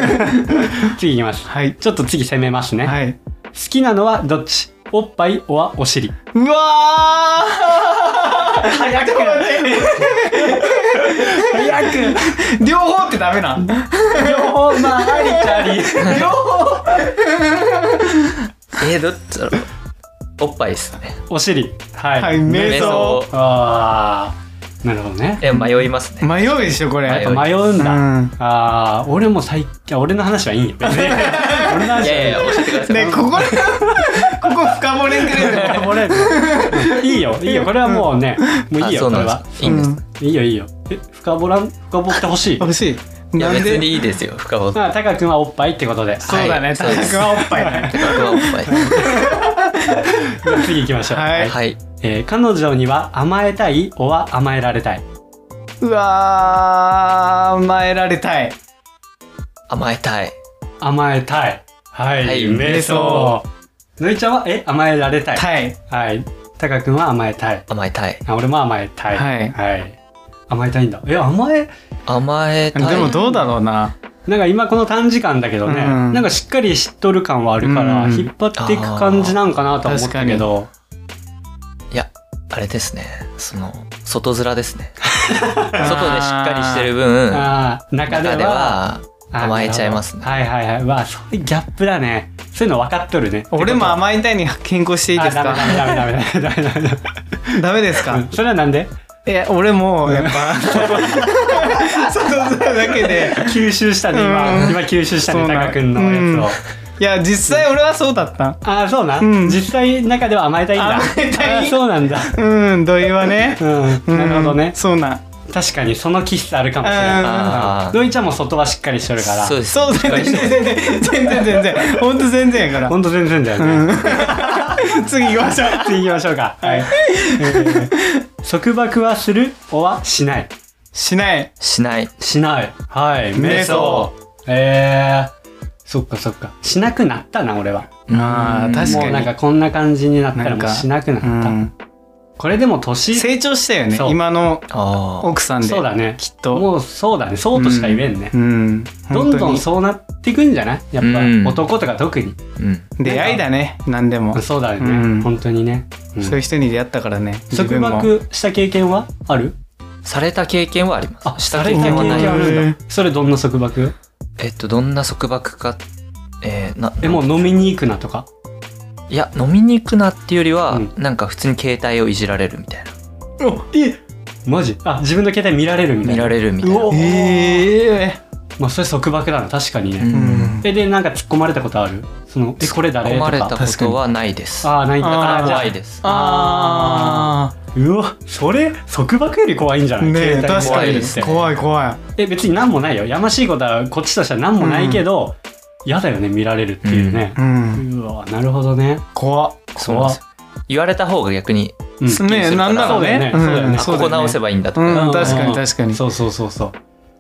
[SPEAKER 1] 次行きます
[SPEAKER 2] はい
[SPEAKER 1] ちょっと次攻めますね、
[SPEAKER 2] はい
[SPEAKER 1] 好きなのはどっちおっぱいおはお尻
[SPEAKER 2] うわー早く
[SPEAKER 1] 早く
[SPEAKER 2] 両方ってダメなん
[SPEAKER 1] 両方まあありちゃあり
[SPEAKER 2] 両方
[SPEAKER 3] えー、どっちだろうおっぱいですね
[SPEAKER 1] お尻はい、
[SPEAKER 2] はい瞑想
[SPEAKER 1] ああなるほどね
[SPEAKER 3] え迷いますね
[SPEAKER 2] 迷うでしょこれ
[SPEAKER 1] やっ
[SPEAKER 3] 迷
[SPEAKER 1] ぱ
[SPEAKER 3] う
[SPEAKER 1] 迷うんだ、
[SPEAKER 2] うん
[SPEAKER 1] ああ俺も最近俺の話はいいよ別に俺の
[SPEAKER 3] い
[SPEAKER 1] 話はい
[SPEAKER 3] や
[SPEAKER 1] い
[SPEAKER 3] いや教えてください、
[SPEAKER 2] ねここここ深掘れんくれんの
[SPEAKER 1] これいいよいいよこれはもうねもういい
[SPEAKER 3] あ
[SPEAKER 1] よ
[SPEAKER 3] そ
[SPEAKER 1] こ
[SPEAKER 3] うな
[SPEAKER 1] れ
[SPEAKER 3] ん
[SPEAKER 1] は
[SPEAKER 3] ですいいんです、
[SPEAKER 1] いいよいいよえ深掘らん深掘ってほしい
[SPEAKER 2] 欲しい
[SPEAKER 3] いや
[SPEAKER 2] なん
[SPEAKER 3] 別
[SPEAKER 2] で
[SPEAKER 3] にいいですよ深尾
[SPEAKER 1] まあタカ君はおっぱいってことで
[SPEAKER 2] そうだ
[SPEAKER 3] は
[SPEAKER 2] ね
[SPEAKER 3] い
[SPEAKER 2] 高くはおっぱいね
[SPEAKER 3] 高くはおっぱい
[SPEAKER 1] じゃあ次行きましょう
[SPEAKER 2] はい
[SPEAKER 3] はい
[SPEAKER 1] えー彼女には甘えたいおは甘えられたいう
[SPEAKER 2] わー甘えられたい
[SPEAKER 3] 甘えたい
[SPEAKER 1] 甘えたいはい、
[SPEAKER 3] はい
[SPEAKER 1] 瞑想のいちゃんはえ甘えられたい
[SPEAKER 2] たい
[SPEAKER 1] はいタカ君は甘えたい
[SPEAKER 3] 甘えたい
[SPEAKER 1] あ俺も甘えたい
[SPEAKER 2] はい
[SPEAKER 1] 甘えたいんだえ甘え
[SPEAKER 3] 甘えた
[SPEAKER 2] で
[SPEAKER 3] い
[SPEAKER 2] もどうだろうな
[SPEAKER 1] なんか今この短時間だけどね、
[SPEAKER 2] うん
[SPEAKER 1] なんかしっかり知っとる感はあるから、
[SPEAKER 2] うん
[SPEAKER 1] 引っ張っていく感じなんかなとは思ったけど
[SPEAKER 3] いやあれですねその外面ですね 外でしっかりしてる分
[SPEAKER 1] あー中で
[SPEAKER 3] 中で
[SPEAKER 1] は
[SPEAKER 3] は甘えちゃいますね
[SPEAKER 1] あーなるほどはいはいはいうわあそういうギャップだねそういうの分かっとるね
[SPEAKER 2] 俺も甘えたいに変更していいです
[SPEAKER 1] あ
[SPEAKER 2] か
[SPEAKER 1] ダメダメダメダメダメダ メダメダメ
[SPEAKER 2] ダメです
[SPEAKER 1] う
[SPEAKER 2] か
[SPEAKER 1] んそれはなんで
[SPEAKER 2] いや俺もやっ ぱ外面だけで
[SPEAKER 1] 吸収したね今、
[SPEAKER 2] うん
[SPEAKER 1] 今吸収した
[SPEAKER 2] そ
[SPEAKER 1] ね
[SPEAKER 2] うなん
[SPEAKER 1] タカ君のやつを、
[SPEAKER 2] うんいや実際俺はそうだった
[SPEAKER 1] ああそうな、
[SPEAKER 2] うん
[SPEAKER 1] 実際中では甘えたいんだ
[SPEAKER 2] 甘えたい
[SPEAKER 1] あーそうなんだ
[SPEAKER 2] うん土井はね
[SPEAKER 1] うん なるほど
[SPEAKER 2] う
[SPEAKER 1] ね
[SPEAKER 2] ん、そうなん
[SPEAKER 1] 確かにその気質あるかもしれ
[SPEAKER 2] うん
[SPEAKER 1] な
[SPEAKER 3] あ
[SPEAKER 1] い
[SPEAKER 3] ー
[SPEAKER 1] ドイちゃんも外はしっかりしてるから
[SPEAKER 3] そうです
[SPEAKER 2] そう全然全然全然全然ほんと全然やから
[SPEAKER 1] ほんと全然だよね、
[SPEAKER 2] 次行きましょう
[SPEAKER 1] 次行きましょうか。はい。えー束縛はするおはしない。
[SPEAKER 2] しない
[SPEAKER 3] しない
[SPEAKER 1] しない。はい。
[SPEAKER 2] 瞑想。
[SPEAKER 1] えー、そっかそっか。しなくなったな、俺は。
[SPEAKER 2] あー確かに
[SPEAKER 1] もうなんかこんな感じになったら
[SPEAKER 2] な
[SPEAKER 1] も
[SPEAKER 2] ん
[SPEAKER 1] う
[SPEAKER 2] か
[SPEAKER 1] しなくな
[SPEAKER 2] う
[SPEAKER 1] った。
[SPEAKER 2] ん
[SPEAKER 1] これでも年、
[SPEAKER 2] 成長したよね
[SPEAKER 1] そう
[SPEAKER 2] 今の
[SPEAKER 3] あー
[SPEAKER 2] 奥さんで
[SPEAKER 1] そうだね。
[SPEAKER 2] きっと
[SPEAKER 1] もうそうだね。そうとしか言えんね。
[SPEAKER 2] うん
[SPEAKER 1] どんどん
[SPEAKER 2] 本
[SPEAKER 1] そうなっていくんじゃないやっ
[SPEAKER 3] うん
[SPEAKER 1] ぱ男とか特に。
[SPEAKER 3] うん
[SPEAKER 2] 当に出会いだね何でも
[SPEAKER 1] そうだよね。
[SPEAKER 2] うん
[SPEAKER 1] 本当にね。うん
[SPEAKER 2] そういう人に出会ったからね自
[SPEAKER 1] 束
[SPEAKER 2] 分も
[SPEAKER 1] 縛した経験はある
[SPEAKER 3] された経験はあります。
[SPEAKER 1] あ、
[SPEAKER 3] した経験は
[SPEAKER 1] された
[SPEAKER 3] な
[SPEAKER 1] 経
[SPEAKER 3] い
[SPEAKER 1] 験。あるんだ
[SPEAKER 2] へー
[SPEAKER 1] それどんな束縛
[SPEAKER 3] えっと、どんな束縛か、えー、な、
[SPEAKER 1] え、もう飲みに行くなとか
[SPEAKER 3] いや、飲みに行くなっていうよりは、
[SPEAKER 1] うん
[SPEAKER 3] なんか普通に携帯をいじられるみたいな。
[SPEAKER 1] おえマジあ自分の携帯見られるみたい
[SPEAKER 3] 見
[SPEAKER 1] な
[SPEAKER 3] られるみたいうな
[SPEAKER 1] お。
[SPEAKER 2] ええ
[SPEAKER 1] まあそれ束縛だな確かにね、
[SPEAKER 3] うん。
[SPEAKER 1] えでなんか突っ込まれたことあるそのえこれ誰
[SPEAKER 3] 思
[SPEAKER 1] と
[SPEAKER 3] わ
[SPEAKER 1] か
[SPEAKER 3] れたこ
[SPEAKER 2] 確かに
[SPEAKER 3] とはないです。
[SPEAKER 1] ああないんだ
[SPEAKER 2] あー
[SPEAKER 1] あーじゃ
[SPEAKER 3] 怖
[SPEAKER 1] あ
[SPEAKER 3] いです。
[SPEAKER 2] あ
[SPEAKER 1] うわそれ束縛より怖いんじゃ
[SPEAKER 2] あ
[SPEAKER 1] ない、
[SPEAKER 2] ねえ
[SPEAKER 1] 携帯
[SPEAKER 2] 確
[SPEAKER 1] も
[SPEAKER 2] か
[SPEAKER 1] らえる
[SPEAKER 2] に
[SPEAKER 1] って
[SPEAKER 2] 怖い怖い
[SPEAKER 1] え別に何もないよやましいことはこっちとしては何もないけど、嫌だよね見られるっていうね、
[SPEAKER 2] うん
[SPEAKER 1] うわなるほどね
[SPEAKER 2] 怖っ
[SPEAKER 3] そうなんですよ。言われた方が逆に、
[SPEAKER 1] うん
[SPEAKER 2] すねえなんならね
[SPEAKER 1] そうだよね
[SPEAKER 2] ん
[SPEAKER 1] あ
[SPEAKER 3] あ、ここ直せばいいんだと
[SPEAKER 2] う
[SPEAKER 3] か、
[SPEAKER 2] ん確かに確かに
[SPEAKER 1] そうそうそうそう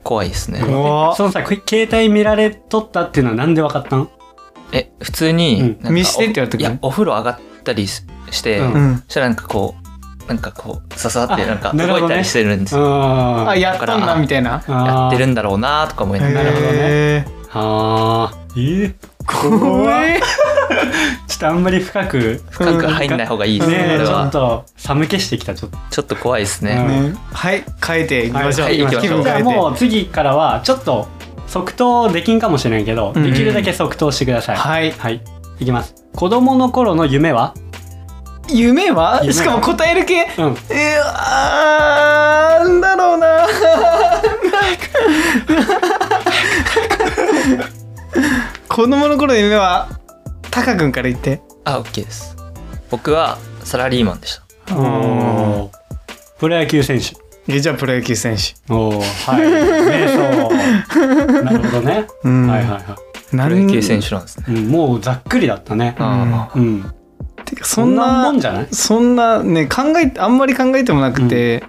[SPEAKER 3] 怖いですね。
[SPEAKER 2] うわ
[SPEAKER 1] えそのさこ携帯見られとったっていうのはなんでわかったん
[SPEAKER 3] え、普通に、
[SPEAKER 1] うん
[SPEAKER 3] なんかお
[SPEAKER 2] 見してってやってくる
[SPEAKER 3] いや、お風呂上がったりしして、
[SPEAKER 1] うん
[SPEAKER 2] うん
[SPEAKER 3] そしたらなんかこう、なんかこう、ささってなんか
[SPEAKER 1] あなるほ
[SPEAKER 3] 動
[SPEAKER 1] どね
[SPEAKER 3] いたりしてるんですよ。
[SPEAKER 1] あ
[SPEAKER 2] あやったんだみたいな
[SPEAKER 3] やって
[SPEAKER 1] ん
[SPEAKER 3] るんだろうなとか思いな
[SPEAKER 1] な
[SPEAKER 3] が
[SPEAKER 1] るほどね
[SPEAKER 2] へえ
[SPEAKER 1] ああええ
[SPEAKER 2] 怖い
[SPEAKER 1] ちょっとあんまり深く
[SPEAKER 3] ら、深く入んない方がいいですね、
[SPEAKER 1] ね
[SPEAKER 3] こ
[SPEAKER 1] え
[SPEAKER 3] れ
[SPEAKER 1] ちょっ
[SPEAKER 3] は。
[SPEAKER 1] と寒気してきたちょっと
[SPEAKER 3] ちょっと怖いです
[SPEAKER 1] う
[SPEAKER 3] ね。
[SPEAKER 1] ん
[SPEAKER 2] ねはい変えていきましょう
[SPEAKER 3] はい行きましょう
[SPEAKER 1] じゃあ
[SPEAKER 2] 気分変
[SPEAKER 1] も
[SPEAKER 2] えて
[SPEAKER 1] う次からはちょっと即答できんかもしれんけど、
[SPEAKER 2] うん
[SPEAKER 1] できるだけ即答してください
[SPEAKER 2] はい
[SPEAKER 1] はいいきます子供の頃の夢は
[SPEAKER 2] 夢は
[SPEAKER 1] 夢は
[SPEAKER 2] しかも答える
[SPEAKER 1] うん
[SPEAKER 2] 系えー、あーなんだろうななんか子供の頃の夢はタカ君から言って
[SPEAKER 3] あ、オッケーです。僕はサラリーマンでした。
[SPEAKER 1] おープロ野球選手
[SPEAKER 2] えじゃあプロ野球選手、
[SPEAKER 1] おおはい瞑想なるほどね、
[SPEAKER 2] うん
[SPEAKER 1] はいはいは
[SPEAKER 3] プ
[SPEAKER 2] 何
[SPEAKER 3] ロ野球選手なんですね。
[SPEAKER 1] い、うん、もうざっくりだったね
[SPEAKER 2] ん
[SPEAKER 3] ああ
[SPEAKER 1] うん
[SPEAKER 2] てかそ
[SPEAKER 1] そ
[SPEAKER 2] ん
[SPEAKER 1] んな
[SPEAKER 2] な
[SPEAKER 1] もんじゃない
[SPEAKER 2] そんなね考えあんまり考えてもなくて、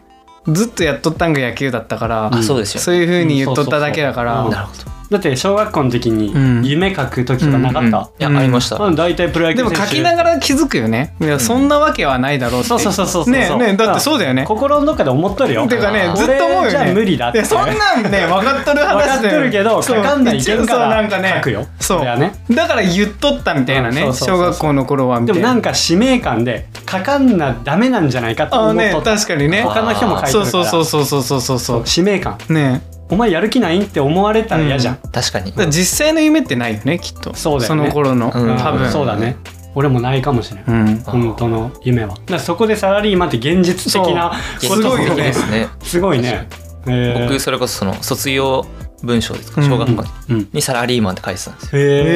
[SPEAKER 2] ずっとやっとったんが野球だったから、
[SPEAKER 1] うん
[SPEAKER 3] あ、そうですよ
[SPEAKER 2] そ
[SPEAKER 3] ね。
[SPEAKER 2] ういうふうに言っとっただけだから、
[SPEAKER 1] うん
[SPEAKER 3] なるほど。
[SPEAKER 1] だって小学校の時
[SPEAKER 2] うん
[SPEAKER 1] に夢書く時とかなかった、
[SPEAKER 3] いや、
[SPEAKER 2] うん
[SPEAKER 3] ありました。
[SPEAKER 1] うん大体プロ野球
[SPEAKER 2] で
[SPEAKER 1] 選手
[SPEAKER 2] も書きながら気づくよねいやそんなわけはないだろうって
[SPEAKER 1] そうそうそうそうそう
[SPEAKER 2] ねえねえだってそうだよね
[SPEAKER 1] 心のどっかで思っとるよ
[SPEAKER 2] てかね
[SPEAKER 1] あー
[SPEAKER 2] ずっと思うよ
[SPEAKER 1] 俺
[SPEAKER 2] ね
[SPEAKER 1] じゃ無理だっ
[SPEAKER 2] い
[SPEAKER 1] て
[SPEAKER 2] やそんなんね分かっと
[SPEAKER 1] 分
[SPEAKER 2] る
[SPEAKER 1] か
[SPEAKER 2] 話
[SPEAKER 1] っ
[SPEAKER 2] だよ
[SPEAKER 1] とるけど
[SPEAKER 2] そう
[SPEAKER 1] かかんないけんか
[SPEAKER 2] そう
[SPEAKER 1] ら
[SPEAKER 2] なんかね
[SPEAKER 1] 書くよ
[SPEAKER 2] そう
[SPEAKER 1] れはね
[SPEAKER 2] だから言っとったみたいなね
[SPEAKER 1] うんそうそうそうそう
[SPEAKER 2] 小学校の頃はみ
[SPEAKER 1] で
[SPEAKER 2] たい
[SPEAKER 1] も
[SPEAKER 2] な
[SPEAKER 1] なんか使命感で書かんなダメなんじゃないかと
[SPEAKER 2] あ
[SPEAKER 1] 思
[SPEAKER 2] あ
[SPEAKER 1] っ
[SPEAKER 2] ね
[SPEAKER 1] とった
[SPEAKER 2] 確かにね
[SPEAKER 1] 他の人も書いてるか
[SPEAKER 2] そ
[SPEAKER 1] ら
[SPEAKER 2] うそうそうそうそうそうそうそう
[SPEAKER 1] 使命感
[SPEAKER 2] ね
[SPEAKER 1] お前やる気ないんって思われたら嫌じゃん、
[SPEAKER 3] 確かに
[SPEAKER 2] えだ。から実際の夢ってないよねきっと
[SPEAKER 1] そうだよね
[SPEAKER 2] の頃の、
[SPEAKER 3] うん
[SPEAKER 2] 多
[SPEAKER 1] うん
[SPEAKER 2] 分
[SPEAKER 1] そうだね俺もないかもしれない、
[SPEAKER 2] うん
[SPEAKER 3] あー
[SPEAKER 1] 本当の夢はだからそこでサラリーマンって現実的な
[SPEAKER 3] 現
[SPEAKER 1] こ
[SPEAKER 2] す
[SPEAKER 1] と
[SPEAKER 2] ごいよ
[SPEAKER 3] 実的
[SPEAKER 2] ね
[SPEAKER 3] ですね。
[SPEAKER 1] すごいね、えー
[SPEAKER 3] 僕、それこそその卒業文章ですか、小学校に
[SPEAKER 1] うん
[SPEAKER 3] にサラリーマンって書いてたんですよ。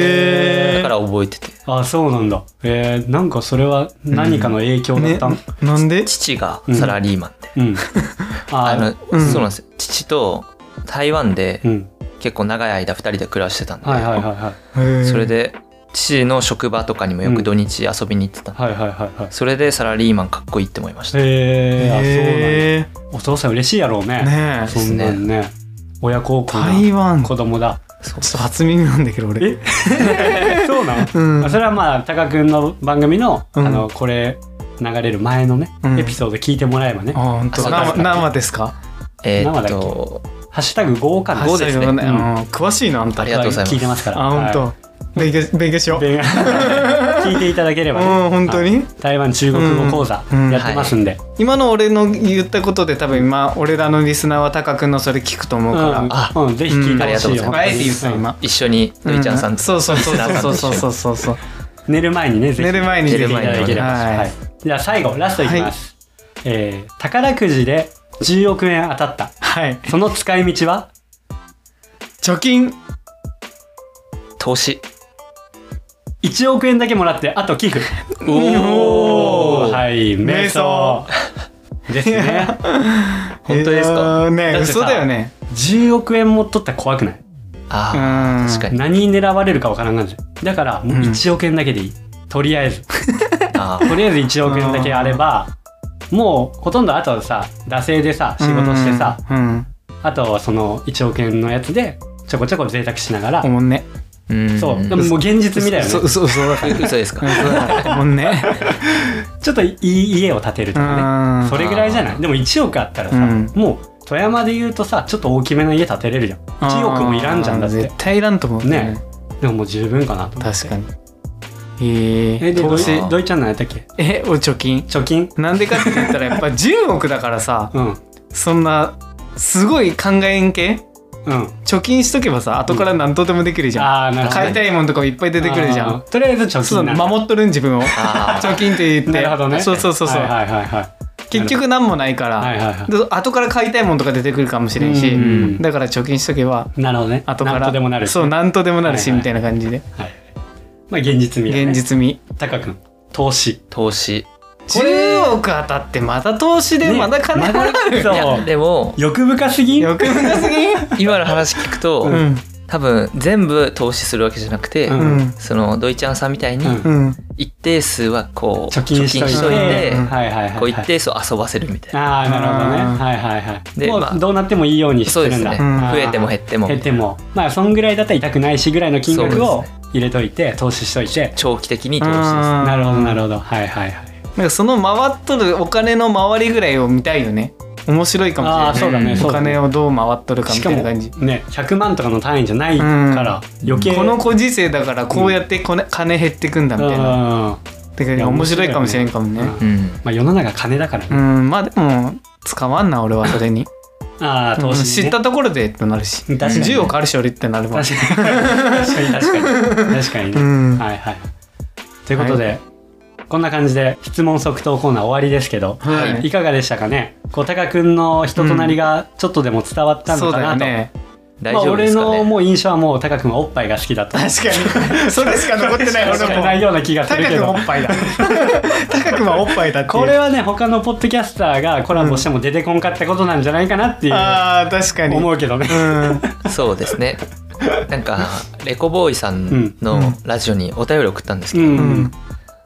[SPEAKER 1] へ
[SPEAKER 3] だ
[SPEAKER 1] え
[SPEAKER 3] から覚えてて。
[SPEAKER 1] あそうなんだえー、なんかそれは何かの影響だっ
[SPEAKER 2] ね
[SPEAKER 1] たん、
[SPEAKER 2] なんで
[SPEAKER 3] 父がサラリーマンで。
[SPEAKER 1] うん、 あ
[SPEAKER 3] あの、
[SPEAKER 2] うん
[SPEAKER 3] そうなんですよ。父と台湾で
[SPEAKER 1] うん
[SPEAKER 3] 結構長い間二人で暮らしてたんで、
[SPEAKER 1] はいはいはいはい
[SPEAKER 2] そ
[SPEAKER 3] それで父の職場とかにもよく土日遊びに行ってたんで、
[SPEAKER 1] はいはいはいはい
[SPEAKER 3] それでサラリーマンかっこいいって思いました。
[SPEAKER 1] へえあそう
[SPEAKER 2] へ
[SPEAKER 1] なんだお父さん嬉しいやろうね
[SPEAKER 2] えねえ
[SPEAKER 1] そんなんね親孝行
[SPEAKER 2] 台
[SPEAKER 1] な
[SPEAKER 2] 湾ちょ
[SPEAKER 1] 子供だ
[SPEAKER 3] そう
[SPEAKER 2] っと初耳なんだけど俺
[SPEAKER 1] え そうなん
[SPEAKER 2] うん
[SPEAKER 1] それはまあタカ君の番組の,、
[SPEAKER 2] うん
[SPEAKER 1] あのこれ流れる前のね、
[SPEAKER 2] うん
[SPEAKER 1] エピソード聞いてもらえばね
[SPEAKER 2] あ、本当
[SPEAKER 3] あそうだ
[SPEAKER 2] 生生ですか
[SPEAKER 3] えーっ
[SPEAKER 1] 生だ
[SPEAKER 3] と、
[SPEAKER 1] ハッシュタグ豪華
[SPEAKER 3] あ
[SPEAKER 1] な
[SPEAKER 3] 豪そうですね
[SPEAKER 2] ハッシュタグ
[SPEAKER 1] うん
[SPEAKER 2] のねうん詳しいのあんた
[SPEAKER 3] ありがとうございます
[SPEAKER 1] 聞いてますから
[SPEAKER 2] あ
[SPEAKER 1] は
[SPEAKER 2] 本当勉強勉強しよ
[SPEAKER 1] いうで 聞いていただけれ
[SPEAKER 2] うん
[SPEAKER 1] ば、ね
[SPEAKER 2] 本当に
[SPEAKER 1] 台湾中国語講座
[SPEAKER 2] うんうん
[SPEAKER 1] やってますんで、
[SPEAKER 2] 今の俺の言ったことで多分今俺らのリスナーはタカ君のそれ聞くと思うから
[SPEAKER 3] あ
[SPEAKER 1] うんうんぜひ聞いてほしいよ、
[SPEAKER 3] うん
[SPEAKER 2] あえて言った
[SPEAKER 1] うん
[SPEAKER 2] 今
[SPEAKER 3] 一緒にのいちゃんさんと、
[SPEAKER 2] そうそうそうそうそうそうそうそう
[SPEAKER 1] 寝る前にねぜひ
[SPEAKER 2] 寝る前に
[SPEAKER 1] 聞い
[SPEAKER 2] ぜ
[SPEAKER 1] てい
[SPEAKER 2] ひ
[SPEAKER 1] ただければ、
[SPEAKER 2] はい
[SPEAKER 1] はい、じゃあ最後ラストいきます、えー宝くじで10億円当たった
[SPEAKER 2] はい
[SPEAKER 1] その使い道は
[SPEAKER 2] 貯金
[SPEAKER 3] 投資。
[SPEAKER 1] 1億円だけもらってあと寄付
[SPEAKER 2] おー
[SPEAKER 1] はい瞑想ですね
[SPEAKER 3] 本当です
[SPEAKER 2] いや
[SPEAKER 3] か
[SPEAKER 2] ーね
[SPEAKER 1] だってさ
[SPEAKER 2] 嘘だよね
[SPEAKER 1] 10億円も取ったら怖くない
[SPEAKER 3] あ
[SPEAKER 2] うん
[SPEAKER 3] あ、確かに。
[SPEAKER 1] 何に狙われるかわからんがんじゃんだからもううん1億円だけでいい、とりあえず
[SPEAKER 3] あー
[SPEAKER 1] とりあえず1億円だけあればもうほとんどあとはさ惰性でさ仕事してさ、
[SPEAKER 2] うん
[SPEAKER 1] あとはその1億円のやつでちょこちょこ贅沢しながら、
[SPEAKER 2] おもんね
[SPEAKER 3] うん。
[SPEAKER 1] そうでももう現実味だよね
[SPEAKER 2] 嘘嘘 嘘だか
[SPEAKER 3] う嘘ですか。
[SPEAKER 2] らおもん ね
[SPEAKER 1] ちょっといい家を建てるとかね
[SPEAKER 2] うん
[SPEAKER 1] それぐらいじゃないでも1億あったらさ、
[SPEAKER 2] うん
[SPEAKER 1] もう富山で言うとさちょっと大きめの家建てれるじゃん1億もいらんじゃんだっ
[SPEAKER 2] あー
[SPEAKER 1] て
[SPEAKER 2] 絶対いらんと思う
[SPEAKER 1] ねでももう十分かなと思って
[SPEAKER 2] 確かにえ
[SPEAKER 1] え
[SPEAKER 2] ー、
[SPEAKER 1] でど
[SPEAKER 2] 投
[SPEAKER 1] う
[SPEAKER 2] 資
[SPEAKER 1] どいちゃんのやったっけ
[SPEAKER 2] えお貯金
[SPEAKER 1] 貯金
[SPEAKER 2] なんでかって言ったらや っぱ10億だからさ
[SPEAKER 1] うん
[SPEAKER 2] そんなすごい考えん系
[SPEAKER 1] うん
[SPEAKER 2] 貯金しとけばさ後から何とでもできるじゃん、
[SPEAKER 1] ああなるほどね
[SPEAKER 2] 買いたいもんとかもいっぱい出てくるじゃ
[SPEAKER 1] あー
[SPEAKER 2] ん
[SPEAKER 1] とりあえず貯
[SPEAKER 2] そう
[SPEAKER 1] 金なんだ
[SPEAKER 2] 守っとるん自分を
[SPEAKER 3] あ
[SPEAKER 2] 貯金って言って
[SPEAKER 1] なるほどね
[SPEAKER 2] そうそうそうそう、
[SPEAKER 1] はいはいはいはい
[SPEAKER 2] 結局何もないから、
[SPEAKER 1] はいはいは
[SPEAKER 2] で後から買いたいもんとか出てくるかもしれんし、
[SPEAKER 1] うんうんうん
[SPEAKER 2] だから貯金しとけば
[SPEAKER 1] いなるほどね
[SPEAKER 2] 後から
[SPEAKER 1] なんとでもなるし
[SPEAKER 2] そう何とでもなる
[SPEAKER 1] はい
[SPEAKER 2] し、
[SPEAKER 1] はい
[SPEAKER 2] みたいな感じで
[SPEAKER 1] はいまあ現実味だね
[SPEAKER 2] 現実味
[SPEAKER 1] タカ君投資
[SPEAKER 3] 投資。
[SPEAKER 1] これ
[SPEAKER 2] 10億当たってまた投資で
[SPEAKER 1] ね
[SPEAKER 2] まだ金
[SPEAKER 1] まだ
[SPEAKER 2] 払う、
[SPEAKER 1] そう
[SPEAKER 3] いや、でも、
[SPEAKER 1] 欲深すぎん
[SPEAKER 2] 欲深すぎん
[SPEAKER 3] 今の話聞くと、
[SPEAKER 2] うん
[SPEAKER 3] 多分全部投資するわけじゃなくて、
[SPEAKER 1] うん
[SPEAKER 2] うん
[SPEAKER 3] そのドイちゃんさんみたいに
[SPEAKER 1] うん
[SPEAKER 2] うん
[SPEAKER 3] 一定数はこう
[SPEAKER 1] 貯金しとい
[SPEAKER 3] 貯
[SPEAKER 1] て
[SPEAKER 3] 金しといて
[SPEAKER 2] うん
[SPEAKER 1] はいはいはい
[SPEAKER 3] こ
[SPEAKER 1] は
[SPEAKER 3] う
[SPEAKER 1] い
[SPEAKER 3] 一定数遊ばせるみたいな、
[SPEAKER 1] ああなるほどね
[SPEAKER 2] うん
[SPEAKER 1] はいはいはい
[SPEAKER 3] で
[SPEAKER 1] も
[SPEAKER 3] まあ
[SPEAKER 1] うどうなってもいいようにし
[SPEAKER 3] そう
[SPEAKER 1] て
[SPEAKER 3] で
[SPEAKER 1] るん
[SPEAKER 3] す
[SPEAKER 1] だ
[SPEAKER 3] ね、
[SPEAKER 2] うん
[SPEAKER 3] 増えても減っても
[SPEAKER 1] 減ってもまあそんぐらいだったら痛くないしぐらいの金額
[SPEAKER 3] そう
[SPEAKER 1] を
[SPEAKER 3] です
[SPEAKER 1] 入れといて投資しといて
[SPEAKER 3] 長期的に投資ですね
[SPEAKER 2] うん
[SPEAKER 1] なるほどなるほどはいはいはい
[SPEAKER 2] なんかその回っとるお金の回りぐらいを見たいよね面白いかもしれない
[SPEAKER 1] あーそうだ
[SPEAKER 3] う
[SPEAKER 1] ね
[SPEAKER 3] ん
[SPEAKER 1] そ
[SPEAKER 2] お
[SPEAKER 1] うだね
[SPEAKER 2] 金をどう回っとるかみ
[SPEAKER 1] しか
[SPEAKER 2] たい
[SPEAKER 1] も
[SPEAKER 2] な感じ
[SPEAKER 1] ね100万とかの単位じゃないから余計
[SPEAKER 2] この子時世だからこうやってこね金減ってくんだみたいな
[SPEAKER 1] うん
[SPEAKER 2] だから面白いかもしれんかもね
[SPEAKER 1] うん
[SPEAKER 3] うん
[SPEAKER 1] まあ世の中金だから
[SPEAKER 2] う
[SPEAKER 1] ね
[SPEAKER 2] んまあでも捕まんな俺はそれに
[SPEAKER 1] ああ 投
[SPEAKER 2] うん
[SPEAKER 1] 資
[SPEAKER 2] 知
[SPEAKER 1] ね
[SPEAKER 2] ったところでってなるし
[SPEAKER 1] 確かにね
[SPEAKER 2] 10億あるし俺ってなるもん
[SPEAKER 1] 確かに確かに確かに確かに
[SPEAKER 2] う
[SPEAKER 1] ね
[SPEAKER 2] ん
[SPEAKER 1] はいはいということでこんな感じで質問即答コーナー終わりですけど
[SPEAKER 2] はい
[SPEAKER 1] いかがでしたかねこうタカ君の人となりがちょっとでも伝わった
[SPEAKER 2] そ
[SPEAKER 1] の
[SPEAKER 2] う
[SPEAKER 1] か
[SPEAKER 2] だよ
[SPEAKER 1] なと
[SPEAKER 2] ね
[SPEAKER 3] 大丈夫です
[SPEAKER 1] まあ、
[SPEAKER 3] か
[SPEAKER 1] 俺の
[SPEAKER 3] ね、
[SPEAKER 1] もう印象はもうタカ君はおっぱいが好きだと
[SPEAKER 2] 確かにそれしか残ってない
[SPEAKER 1] 残ってな
[SPEAKER 2] 俺
[SPEAKER 1] い
[SPEAKER 2] も
[SPEAKER 1] ような気がする
[SPEAKER 2] 高
[SPEAKER 1] け
[SPEAKER 2] くん
[SPEAKER 1] ど
[SPEAKER 2] おっぱいだ高くんはおっぱいだっていう
[SPEAKER 1] これはね他のポッドキャスターがコラボしても出てこんかったことなんじゃないかなっていう
[SPEAKER 2] あー確かに
[SPEAKER 1] 思
[SPEAKER 2] う
[SPEAKER 1] うけどね、
[SPEAKER 2] ん
[SPEAKER 3] そうですねなんかレコボーイさん
[SPEAKER 2] う
[SPEAKER 3] の
[SPEAKER 2] ん
[SPEAKER 3] ラジオにお便り送ったんですけ
[SPEAKER 1] う
[SPEAKER 3] ど、
[SPEAKER 1] ん
[SPEAKER 2] うん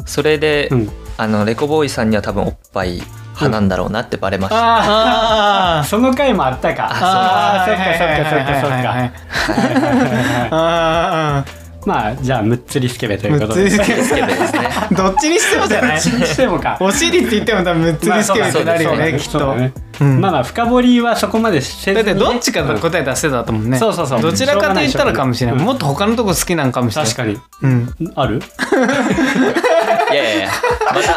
[SPEAKER 3] それで、
[SPEAKER 1] うん
[SPEAKER 3] あのレコボーイさんには多分おっぱい派なんだろうなってバレました、
[SPEAKER 2] あー
[SPEAKER 1] その回もあったか
[SPEAKER 2] あ
[SPEAKER 1] あ
[SPEAKER 2] ー
[SPEAKER 1] ーそっかそっかそっかそっ
[SPEAKER 2] はいはいはいはい
[SPEAKER 1] かは
[SPEAKER 2] はい
[SPEAKER 1] いは
[SPEAKER 2] あ
[SPEAKER 1] いまあじゃあむっつりスケベと
[SPEAKER 2] ー
[SPEAKER 1] い
[SPEAKER 2] む
[SPEAKER 1] うこ
[SPEAKER 2] っ
[SPEAKER 1] と
[SPEAKER 2] つ
[SPEAKER 1] で
[SPEAKER 2] りスケベ
[SPEAKER 3] スケベですね
[SPEAKER 2] どっちにしてもじゃない
[SPEAKER 1] しても か
[SPEAKER 2] お尻って言っても多分むっつりスケベってなるよねきっ
[SPEAKER 1] そうだ
[SPEAKER 2] と
[SPEAKER 1] ね
[SPEAKER 2] うん
[SPEAKER 1] まあまあ深掘りはそこまでせずに
[SPEAKER 2] だ
[SPEAKER 1] ね
[SPEAKER 2] ってどっちかの答え出せたと思うね
[SPEAKER 1] そうそうそう
[SPEAKER 2] どちらかと言ったらかもしれない
[SPEAKER 1] うん
[SPEAKER 2] もっと他のとこ好きなんかもしれない
[SPEAKER 1] 確かに
[SPEAKER 2] うん
[SPEAKER 1] ある
[SPEAKER 3] いやいやいやまた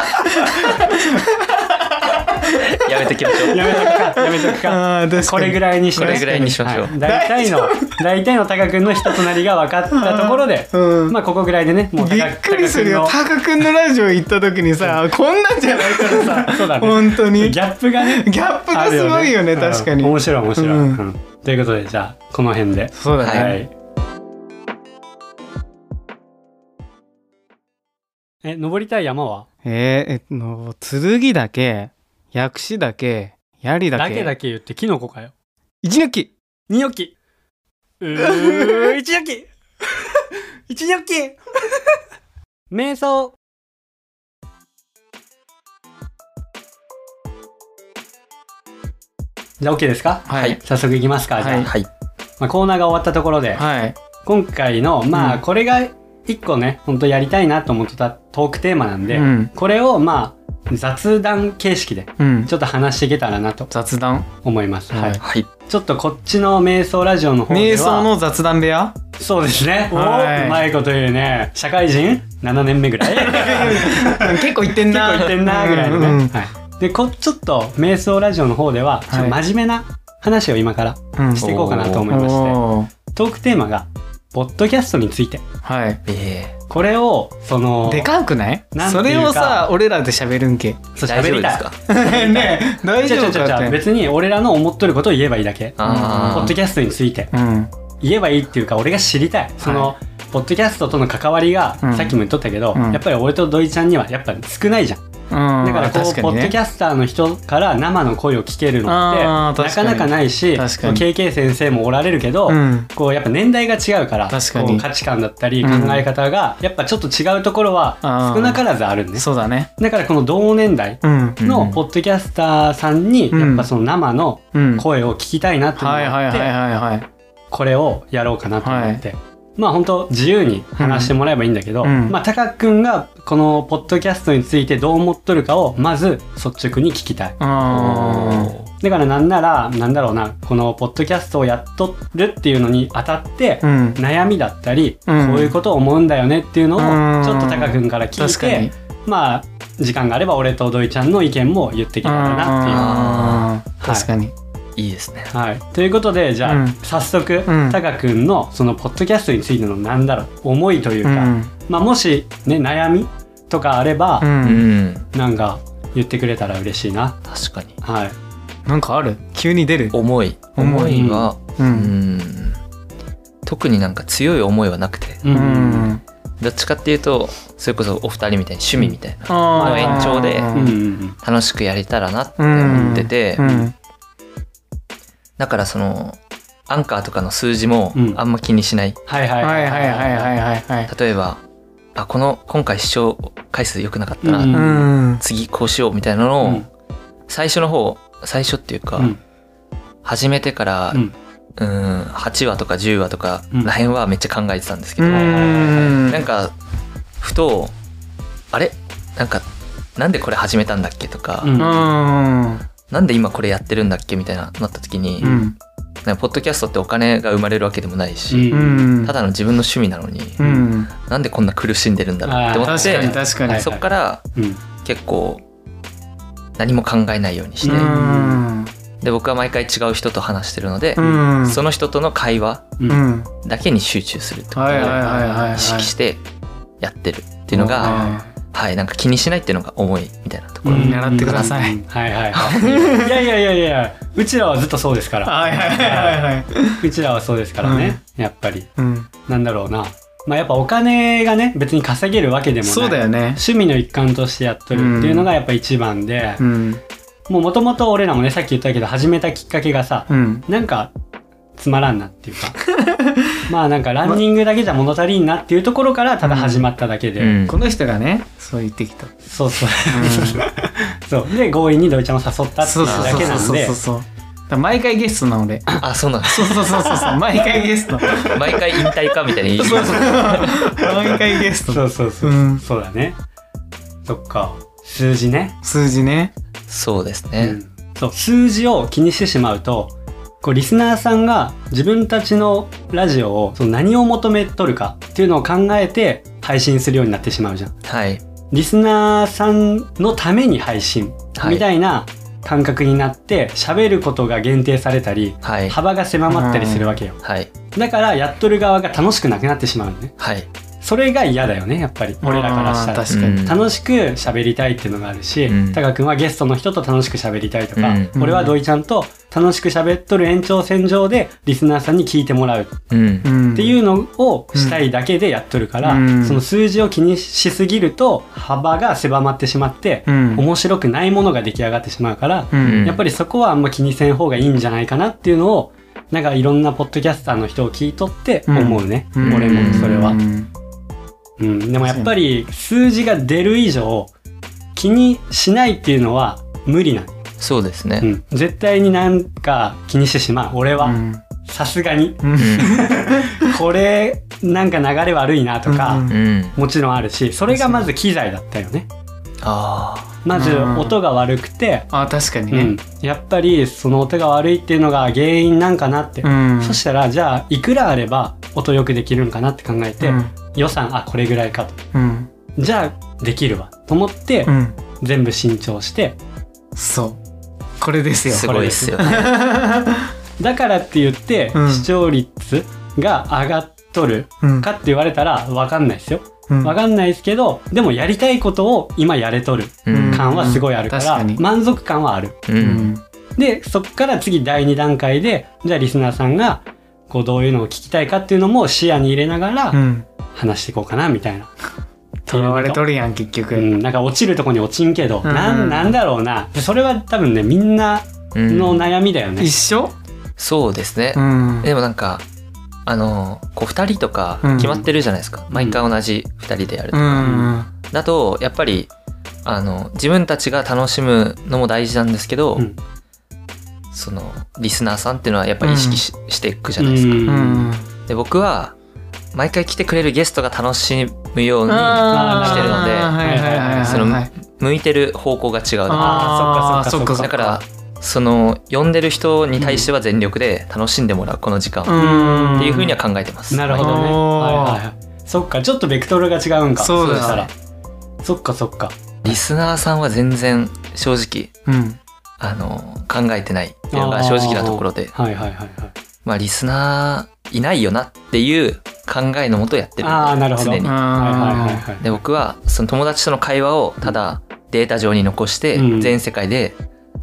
[SPEAKER 3] やめてきましょう
[SPEAKER 1] やめとくかやめと くか
[SPEAKER 2] あー確かに
[SPEAKER 1] これぐらいにして
[SPEAKER 3] これぐらいにしましょう
[SPEAKER 1] はい大体の大体のタカ君の人となりが分かったところ で
[SPEAKER 2] うん
[SPEAKER 1] まあここぐらいでねもう
[SPEAKER 2] び
[SPEAKER 1] タカ
[SPEAKER 2] っくりするよ
[SPEAKER 1] タカ
[SPEAKER 2] タカ君のラジオ行った時にさこんなんじゃないから
[SPEAKER 1] 君のそうだ
[SPEAKER 2] さ
[SPEAKER 1] ね
[SPEAKER 2] 本当に
[SPEAKER 1] ギ
[SPEAKER 2] ギ
[SPEAKER 1] ャップがね
[SPEAKER 2] ャップがすごいよね
[SPEAKER 1] ある
[SPEAKER 2] 確かに
[SPEAKER 1] うん面白い面白い、
[SPEAKER 2] うん
[SPEAKER 1] うんということでじゃあこの辺で
[SPEAKER 2] そうだ
[SPEAKER 1] は
[SPEAKER 2] ね
[SPEAKER 1] いえ登りたい山は
[SPEAKER 2] えーえっと剣だけ薬師だけ槍だ
[SPEAKER 1] だけ
[SPEAKER 2] け
[SPEAKER 1] だけ言ってキノコかよ
[SPEAKER 2] 一抜き
[SPEAKER 1] ニョッキうー 一ニョッキ 一ニョッキ瞑想じゃあ OK ですか
[SPEAKER 2] はい
[SPEAKER 1] 早速いきますか、じゃあ、
[SPEAKER 2] はい
[SPEAKER 3] はい
[SPEAKER 1] まあ、コーナーが終わったところで、
[SPEAKER 2] はい
[SPEAKER 1] 今回のま
[SPEAKER 2] う
[SPEAKER 1] あ
[SPEAKER 2] ん
[SPEAKER 1] これが一個ね本当やりたいなと思ってたトークテーマなんで、
[SPEAKER 2] うん
[SPEAKER 1] これをまあ雑談形式で
[SPEAKER 2] うん
[SPEAKER 1] ちょっと話していけたらなと
[SPEAKER 2] 雑談
[SPEAKER 1] 思います、はい
[SPEAKER 2] はい
[SPEAKER 3] はい
[SPEAKER 1] ちょっとこっちの瞑想ラジオの方では
[SPEAKER 2] 瞑想の雑談部屋
[SPEAKER 1] そうです ねお
[SPEAKER 2] はいう
[SPEAKER 1] まいこと言うね社会人7年目ぐらい 結
[SPEAKER 2] 結構行ってんな
[SPEAKER 1] 構言ってんなぐらいのね、
[SPEAKER 2] うんうん
[SPEAKER 1] はい、でこちょっと瞑想ラジオの方では、ちょっと真面目な話を今から
[SPEAKER 2] うん
[SPEAKER 1] していこうかなと思いまして
[SPEAKER 2] おー
[SPEAKER 1] トークテーマがポッドキャストについて
[SPEAKER 2] はい
[SPEAKER 3] え
[SPEAKER 1] これをその
[SPEAKER 2] でかくない
[SPEAKER 1] なんてい
[SPEAKER 2] そう
[SPEAKER 1] か
[SPEAKER 2] れをさ俺らで喋るんけ
[SPEAKER 3] ー、
[SPEAKER 1] そう喋
[SPEAKER 3] 大丈夫
[SPEAKER 1] り
[SPEAKER 3] で
[SPEAKER 1] た
[SPEAKER 3] す
[SPEAKER 1] い
[SPEAKER 3] か
[SPEAKER 2] ねえ大
[SPEAKER 1] じゃ
[SPEAKER 2] 丈
[SPEAKER 1] あ
[SPEAKER 2] 夫
[SPEAKER 1] じゃあじ
[SPEAKER 2] か
[SPEAKER 1] ゃ
[SPEAKER 2] っ
[SPEAKER 1] あ
[SPEAKER 2] て
[SPEAKER 1] 別に俺らの思っとることを言えばいいだけポ
[SPEAKER 3] あー
[SPEAKER 1] ッドキャストについて
[SPEAKER 2] うん
[SPEAKER 1] 言えばいいっていうか俺が知りたいその、ポッドキャストとの関わりが、
[SPEAKER 2] うん
[SPEAKER 1] さっきも言っとったけど、
[SPEAKER 2] うん
[SPEAKER 1] やっぱり俺と土井ちゃんにはやっぱ少ないじゃん、だ
[SPEAKER 2] だ
[SPEAKER 1] からこうポッドキャスターの人から生の声を聞けるの
[SPEAKER 2] あ
[SPEAKER 1] っ
[SPEAKER 2] ー
[SPEAKER 1] てな
[SPEAKER 2] 確か
[SPEAKER 1] か
[SPEAKER 2] に
[SPEAKER 1] なかないし
[SPEAKER 2] 確かに
[SPEAKER 1] KK 先生もおられるけど、
[SPEAKER 2] うん
[SPEAKER 1] こうやっぱ年代が違うから
[SPEAKER 2] 確かに
[SPEAKER 1] こう価値観だったり考
[SPEAKER 2] うん
[SPEAKER 1] え方がやっぱちょっと違うところは
[SPEAKER 2] あー
[SPEAKER 1] 少なからずあるんね、
[SPEAKER 2] そうだね
[SPEAKER 1] だからこの同年代
[SPEAKER 2] うん
[SPEAKER 1] の
[SPEAKER 3] うん
[SPEAKER 1] ポッドキャスターさんに
[SPEAKER 2] うん
[SPEAKER 1] やっぱその生の
[SPEAKER 2] うん
[SPEAKER 1] 声を聞きたいなって思っ
[SPEAKER 2] はい
[SPEAKER 1] て、
[SPEAKER 2] はいはいはいはい
[SPEAKER 1] これをやろうかなと思って、まあ本当自由に話してもらえばいいんだけど、
[SPEAKER 2] うんうん
[SPEAKER 1] まあタカ君がこのポッドキャストについてどう思っとるかをまず率直に聞きたい
[SPEAKER 2] あ
[SPEAKER 3] おー
[SPEAKER 1] だからなんならなんだろうなこのポッドキャストをやっとるっていうのにあたって
[SPEAKER 2] ーうん
[SPEAKER 1] 悩みだったり、
[SPEAKER 2] うん
[SPEAKER 1] こういうことを思うんだよねっていうの
[SPEAKER 2] う
[SPEAKER 1] を
[SPEAKER 2] ん
[SPEAKER 1] ちょっとタカ君から聞い
[SPEAKER 2] 確かに
[SPEAKER 1] てまあ時間があれば俺と土井ちゃんの意見も言っていけたらなっていう
[SPEAKER 2] あー
[SPEAKER 1] はい
[SPEAKER 2] 確かに
[SPEAKER 3] いいですね
[SPEAKER 1] はい、ということでじゃあ、
[SPEAKER 2] うん
[SPEAKER 1] 早速、
[SPEAKER 2] うん
[SPEAKER 1] タカ君のそのポッドキャストについてのなんだろう思いという
[SPEAKER 2] う
[SPEAKER 1] か、
[SPEAKER 2] ん
[SPEAKER 1] まあ、もし、ね、悩みとかあれば
[SPEAKER 2] う、
[SPEAKER 3] うんん
[SPEAKER 1] なんか言ってくれたら嬉しいな。
[SPEAKER 3] 確かに
[SPEAKER 1] はい、
[SPEAKER 2] なんかある急に出る
[SPEAKER 3] 思い
[SPEAKER 2] 思
[SPEAKER 3] 思
[SPEAKER 2] い
[SPEAKER 3] いは
[SPEAKER 2] う
[SPEAKER 3] うんん特になんか強い思いはなくて
[SPEAKER 1] う
[SPEAKER 2] うんん
[SPEAKER 3] どっちかっていうとそれこそお二人みたいに趣味みたいな
[SPEAKER 2] あー
[SPEAKER 3] 延長で
[SPEAKER 1] うんうん
[SPEAKER 3] 楽しくやれたらなって思ってて、
[SPEAKER 2] うん
[SPEAKER 3] だからそのアンカーとかの数字も
[SPEAKER 1] うん
[SPEAKER 3] あんま気にしない、
[SPEAKER 1] はいはい
[SPEAKER 2] はいはいはいはいはいはい
[SPEAKER 3] 例えばあこの今回視聴回数良くなかったな、
[SPEAKER 1] うん
[SPEAKER 2] うん
[SPEAKER 3] 次こうしようみたいなのを、最初の方最初っていうか、
[SPEAKER 1] うん
[SPEAKER 3] 始めてから、
[SPEAKER 1] うん
[SPEAKER 3] うん8話とか10話とか
[SPEAKER 1] うん
[SPEAKER 3] らへんはめっちゃ考えてたんですけ
[SPEAKER 2] う
[SPEAKER 3] ど、
[SPEAKER 2] ん
[SPEAKER 3] なんかふとあれなんかなんでこれ始めたんだっけとか、
[SPEAKER 1] うん
[SPEAKER 2] うん
[SPEAKER 3] なんで今これやってるんだっけみたいななった時に、
[SPEAKER 2] うん
[SPEAKER 3] なんかポッドキャストってお金が生まれるわけでもないし、
[SPEAKER 2] うん
[SPEAKER 3] ただの自分の趣味なのに、
[SPEAKER 2] うん
[SPEAKER 3] なんでこんな苦しんでるんだろうって思っ
[SPEAKER 2] 確かに
[SPEAKER 3] て
[SPEAKER 2] 確かに
[SPEAKER 1] はい
[SPEAKER 3] そっから
[SPEAKER 1] うん
[SPEAKER 3] 結構何も考えないようにして、
[SPEAKER 2] うん
[SPEAKER 3] で僕は毎回違う人と話してるので、
[SPEAKER 2] うん
[SPEAKER 3] その人との会話
[SPEAKER 1] うん
[SPEAKER 2] うん
[SPEAKER 3] だけに集中するってこと
[SPEAKER 2] はいはいはいはいはい
[SPEAKER 3] を意識してやってるっていうのが
[SPEAKER 2] あ
[SPEAKER 3] はいなんか気にしないっていうのが重いみたいなところ、
[SPEAKER 2] うん習ってください
[SPEAKER 1] うんはいはいはい。いやいやいやいや、うちらはずっとそうですから。
[SPEAKER 2] はいはいはいはいはい。
[SPEAKER 1] うちらはそうですからね、やっぱり。
[SPEAKER 2] うん。
[SPEAKER 1] なんだろうな。まあやっぱお金がね、別に稼げるわけでもない。
[SPEAKER 2] そうだよね。
[SPEAKER 1] 趣味の一環としてやっとるっていうのがやっぱ一番で、
[SPEAKER 2] うん。
[SPEAKER 1] もうもともと俺らもね、さっき言ったけど、始めたきっかけがさ、
[SPEAKER 2] うん。
[SPEAKER 1] なんか、つまらんなっていう か。まあなんかランニングだけじゃ物足りんなっていうところからただ始まっただけで。
[SPEAKER 3] うん
[SPEAKER 2] この人がね、そう言ってきた。
[SPEAKER 1] そうそう。
[SPEAKER 2] う
[SPEAKER 1] そう。で、強引にドイちゃんを誘った
[SPEAKER 2] ん、
[SPEAKER 1] ってい
[SPEAKER 2] そううそう
[SPEAKER 1] だけ
[SPEAKER 2] そ
[SPEAKER 1] なん
[SPEAKER 2] う
[SPEAKER 1] で
[SPEAKER 2] そう。そう。だから毎回ゲストな俺。
[SPEAKER 3] あそうなんです
[SPEAKER 2] そうそうそうそうそう。毎回ゲスト。
[SPEAKER 3] 毎回引退かみたいに言います
[SPEAKER 2] 毎回ゲスト。
[SPEAKER 1] そうそうそう。
[SPEAKER 2] うん。
[SPEAKER 1] そうだね。そっか。数字ね。
[SPEAKER 2] 数字ね。
[SPEAKER 3] そうです
[SPEAKER 1] う
[SPEAKER 3] ね、
[SPEAKER 1] んそう。数字を気にしてしまうと、こうリスナーさんが自分たちのラジオをその何を求めとるかっていうのを考えて配信するようになってしまうじゃん。
[SPEAKER 3] はい
[SPEAKER 1] リスナーさんのために配信
[SPEAKER 3] はい
[SPEAKER 1] みたいな感覚になって喋ることが限定されたり
[SPEAKER 3] はい
[SPEAKER 1] 幅が狭まったりするわけよ
[SPEAKER 3] はい
[SPEAKER 1] だからやっとる側が楽しくなくなってしまうのね
[SPEAKER 3] はい
[SPEAKER 1] それが嫌だよねやっぱり俺らからした
[SPEAKER 2] あ
[SPEAKER 1] ら
[SPEAKER 2] ー確かに。
[SPEAKER 3] うん
[SPEAKER 1] 楽しく喋りたいっていうのがあるし
[SPEAKER 3] うん
[SPEAKER 1] タカ君はゲストの人と楽しく喋りたいとか
[SPEAKER 2] うん
[SPEAKER 1] 俺は土井ちゃんと楽しく喋っとる延長線上でリスナーさんに聞いてもらうっ
[SPEAKER 3] うん
[SPEAKER 2] うん。
[SPEAKER 1] ていうのをしたいだけでやっとるから
[SPEAKER 2] うん
[SPEAKER 1] その数字を気にしすぎると幅が狭まってしまって
[SPEAKER 2] うん。
[SPEAKER 1] 面白くないものが出来上がってしまうから、
[SPEAKER 2] うん。
[SPEAKER 1] やっぱりそこはあんま気にせん方がいいんじゃないかなっていうのをなんかいろんなポッドキャスターの人を聞いとって思うね、
[SPEAKER 2] うん
[SPEAKER 1] 俺もそれは、
[SPEAKER 2] うん
[SPEAKER 1] うん、でもやっぱり数字が出る以上気にしないっていうのは無理なの、
[SPEAKER 3] そうです
[SPEAKER 1] う
[SPEAKER 3] ね、
[SPEAKER 1] ん、絶対になんか気にしてしまう俺
[SPEAKER 2] う
[SPEAKER 1] は
[SPEAKER 2] ん
[SPEAKER 1] さすがに
[SPEAKER 2] うん
[SPEAKER 1] これなんか流れ悪いなとか、
[SPEAKER 2] うん
[SPEAKER 3] うん、うん、
[SPEAKER 1] もちろんあるしそれがまず機材だったよね
[SPEAKER 3] あ
[SPEAKER 1] まず
[SPEAKER 2] うん
[SPEAKER 1] 音が悪くて、
[SPEAKER 2] あ確かに
[SPEAKER 1] う
[SPEAKER 2] ね
[SPEAKER 1] ん、やっぱりその音が悪いっていうのが原因なんかなって、
[SPEAKER 2] うん
[SPEAKER 1] そしたらじゃあいくらあれば音よくできるんかなって考えて、
[SPEAKER 2] うん
[SPEAKER 1] 予算あこれぐらいかと
[SPEAKER 2] うん
[SPEAKER 1] じゃあできるわと思って、
[SPEAKER 2] うん
[SPEAKER 1] 全部新調して
[SPEAKER 2] そうこれです
[SPEAKER 3] あ
[SPEAKER 2] よ
[SPEAKER 3] すごいですよ
[SPEAKER 1] だからって言って、
[SPEAKER 2] うん
[SPEAKER 1] 視聴率が上がっとる
[SPEAKER 2] うん
[SPEAKER 1] かって言われたら分かんないですよ
[SPEAKER 2] うん
[SPEAKER 1] 分かんないですけどでもやりたいことを今やれとる
[SPEAKER 3] うん
[SPEAKER 1] 感はすごいあるから、
[SPEAKER 2] うん確かに
[SPEAKER 1] 満足感はある
[SPEAKER 3] う
[SPEAKER 2] うんん
[SPEAKER 1] でそこから次第2段階でじゃあリスナーさんがこうどういうのを聞きたいかっていうのも視野に入れながら
[SPEAKER 2] うん
[SPEAKER 1] 話していこうかなみたいな。
[SPEAKER 2] とらわれと
[SPEAKER 1] る
[SPEAKER 2] るやん結
[SPEAKER 1] う
[SPEAKER 2] 局
[SPEAKER 1] ん、なんか落ちるとこに落ちんけど、
[SPEAKER 2] ん
[SPEAKER 1] なんなんだろうなそれは多分ねみんな
[SPEAKER 3] うん
[SPEAKER 1] の悩みだよね
[SPEAKER 2] 一、緒
[SPEAKER 3] そうですね、
[SPEAKER 2] うん
[SPEAKER 3] でもなんかあのこう2人とか
[SPEAKER 2] うん
[SPEAKER 3] 決まってるじゃないですか、毎回同じ2人でやる
[SPEAKER 2] う
[SPEAKER 3] と、
[SPEAKER 2] ん
[SPEAKER 3] だとやっぱりあの自分たちが楽しむのも大事なんですけど、
[SPEAKER 1] うん
[SPEAKER 3] そのリスナーさんっていうのはやっぱり意識し,、していくじゃないですか、
[SPEAKER 1] うん
[SPEAKER 2] うん
[SPEAKER 3] で僕は毎回来てくれるゲストが楽しむように
[SPEAKER 2] あー
[SPEAKER 1] してるの
[SPEAKER 3] で
[SPEAKER 2] はいはいはいはい
[SPEAKER 3] その向いてる方向が違うな
[SPEAKER 1] あー
[SPEAKER 2] あー
[SPEAKER 1] そっかそっかそっか
[SPEAKER 3] だからその呼んでる人に対しては全力で楽しんでもらうこの時間
[SPEAKER 2] う
[SPEAKER 3] を、
[SPEAKER 2] ん
[SPEAKER 3] っていうふうには考えてます、
[SPEAKER 1] なるほどね、
[SPEAKER 2] おー
[SPEAKER 1] はいはいはい、そっかちょっとベクトルが違うんか
[SPEAKER 2] そうだ
[SPEAKER 1] したらそっかそっか
[SPEAKER 3] リスナーさんは全然正直
[SPEAKER 2] うん
[SPEAKER 3] あの考えてないっていうのが正直なところで
[SPEAKER 1] はいはいはいはい
[SPEAKER 3] まあリスナーいないよなっていう考えのもとやってるんで
[SPEAKER 1] あーなるほど
[SPEAKER 3] 常に
[SPEAKER 1] はいはいはい
[SPEAKER 2] あ
[SPEAKER 1] はい
[SPEAKER 3] で僕はその友達との会話をただデータ上に残して
[SPEAKER 1] うん
[SPEAKER 3] 全世界で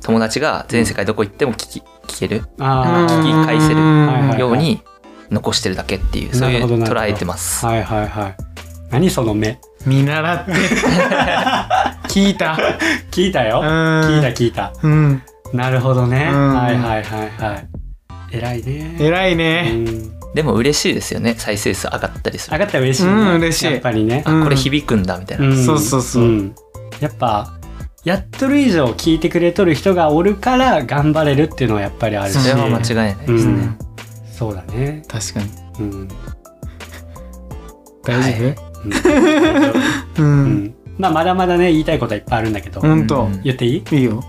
[SPEAKER 3] 友達が全世界どこ行っても聞き聞ける
[SPEAKER 1] あ
[SPEAKER 3] 聞
[SPEAKER 1] ー
[SPEAKER 3] き返せる
[SPEAKER 1] はいはい
[SPEAKER 3] ように残してるだけっていうそう
[SPEAKER 1] ないる
[SPEAKER 3] う
[SPEAKER 1] ほどなるほど
[SPEAKER 3] 捉えてます
[SPEAKER 1] はいはいはい何その目
[SPEAKER 2] 見習って聞いた
[SPEAKER 1] 聞いたよ聞
[SPEAKER 2] 聞
[SPEAKER 1] いた聞いた
[SPEAKER 2] うん
[SPEAKER 1] なるほどね。
[SPEAKER 2] うん
[SPEAKER 1] はいはいはいはい。偉いね。
[SPEAKER 2] 偉いね
[SPEAKER 1] うん
[SPEAKER 3] でも嬉しいですよね再生数上がったりす
[SPEAKER 1] 上
[SPEAKER 3] る
[SPEAKER 1] がったら嬉しいね。
[SPEAKER 2] うん嬉しい
[SPEAKER 1] やっぱりね。
[SPEAKER 2] うん
[SPEAKER 3] あこれ響くんだみたいな、
[SPEAKER 1] ん
[SPEAKER 2] そうそうそうん
[SPEAKER 1] やっぱ、やっとる以上聞いてくれとる人がおるから頑張れるっていうのはやっぱりあるし。
[SPEAKER 3] それは間
[SPEAKER 2] 間
[SPEAKER 3] 違いない、
[SPEAKER 1] うん
[SPEAKER 2] うん
[SPEAKER 1] そうだね。
[SPEAKER 2] 確かに
[SPEAKER 1] うん。
[SPEAKER 2] 大丈
[SPEAKER 1] うん
[SPEAKER 2] 夫
[SPEAKER 1] う
[SPEAKER 2] う
[SPEAKER 1] んんまあまだまだね、言いたいことはいっぱいあるんだけど。
[SPEAKER 2] 本当
[SPEAKER 3] うん
[SPEAKER 1] 言っていい
[SPEAKER 2] いいよ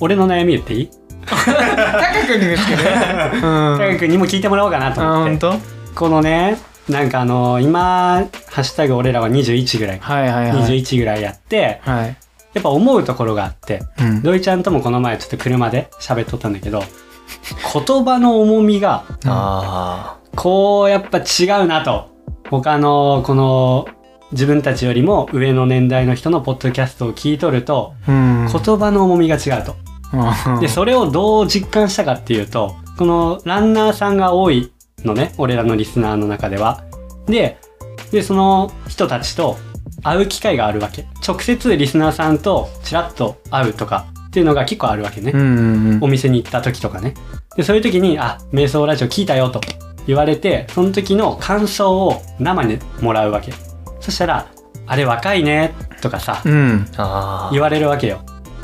[SPEAKER 1] 俺の悩み言っていい
[SPEAKER 2] 高くにですけどねうん
[SPEAKER 1] 高君にも聞いてもらおうかなと
[SPEAKER 2] あ
[SPEAKER 1] 思っ
[SPEAKER 2] 本
[SPEAKER 1] て。
[SPEAKER 2] 当はい
[SPEAKER 1] このね、なんかあの、今、ハッシュタグ俺らは21ぐらい。
[SPEAKER 2] はいはい
[SPEAKER 1] 21ぐらいやって、
[SPEAKER 2] はい
[SPEAKER 1] やっぱ思うところがあって、
[SPEAKER 2] うん
[SPEAKER 1] 土井ちゃんともこの前ちょっと車で喋っとったんだけど、言葉の重みが、
[SPEAKER 3] ああ
[SPEAKER 1] こうやっぱ違うなと。他のこの自分たちよりも上の年代の人のポッドキャストを聞いとると
[SPEAKER 2] うん
[SPEAKER 1] 言葉の重みが違うと。
[SPEAKER 2] うん
[SPEAKER 1] でそれをどう実感したかっていうとこのランナーさんが多いのね俺らのリスナーの中では。ででその人たちと会う機会があるわけ直接リスナーさんとちらっと会うとかっていうのが結構あるわけね、
[SPEAKER 2] うんうん
[SPEAKER 1] お店に行った時とかねでそういう時に「あ瞑想ラジオ聞いたよ」と言われてその時の感想を生にもらうわけそしたら「あれ若いね」とかさ、
[SPEAKER 2] うん
[SPEAKER 3] あ
[SPEAKER 1] 言われるわけよ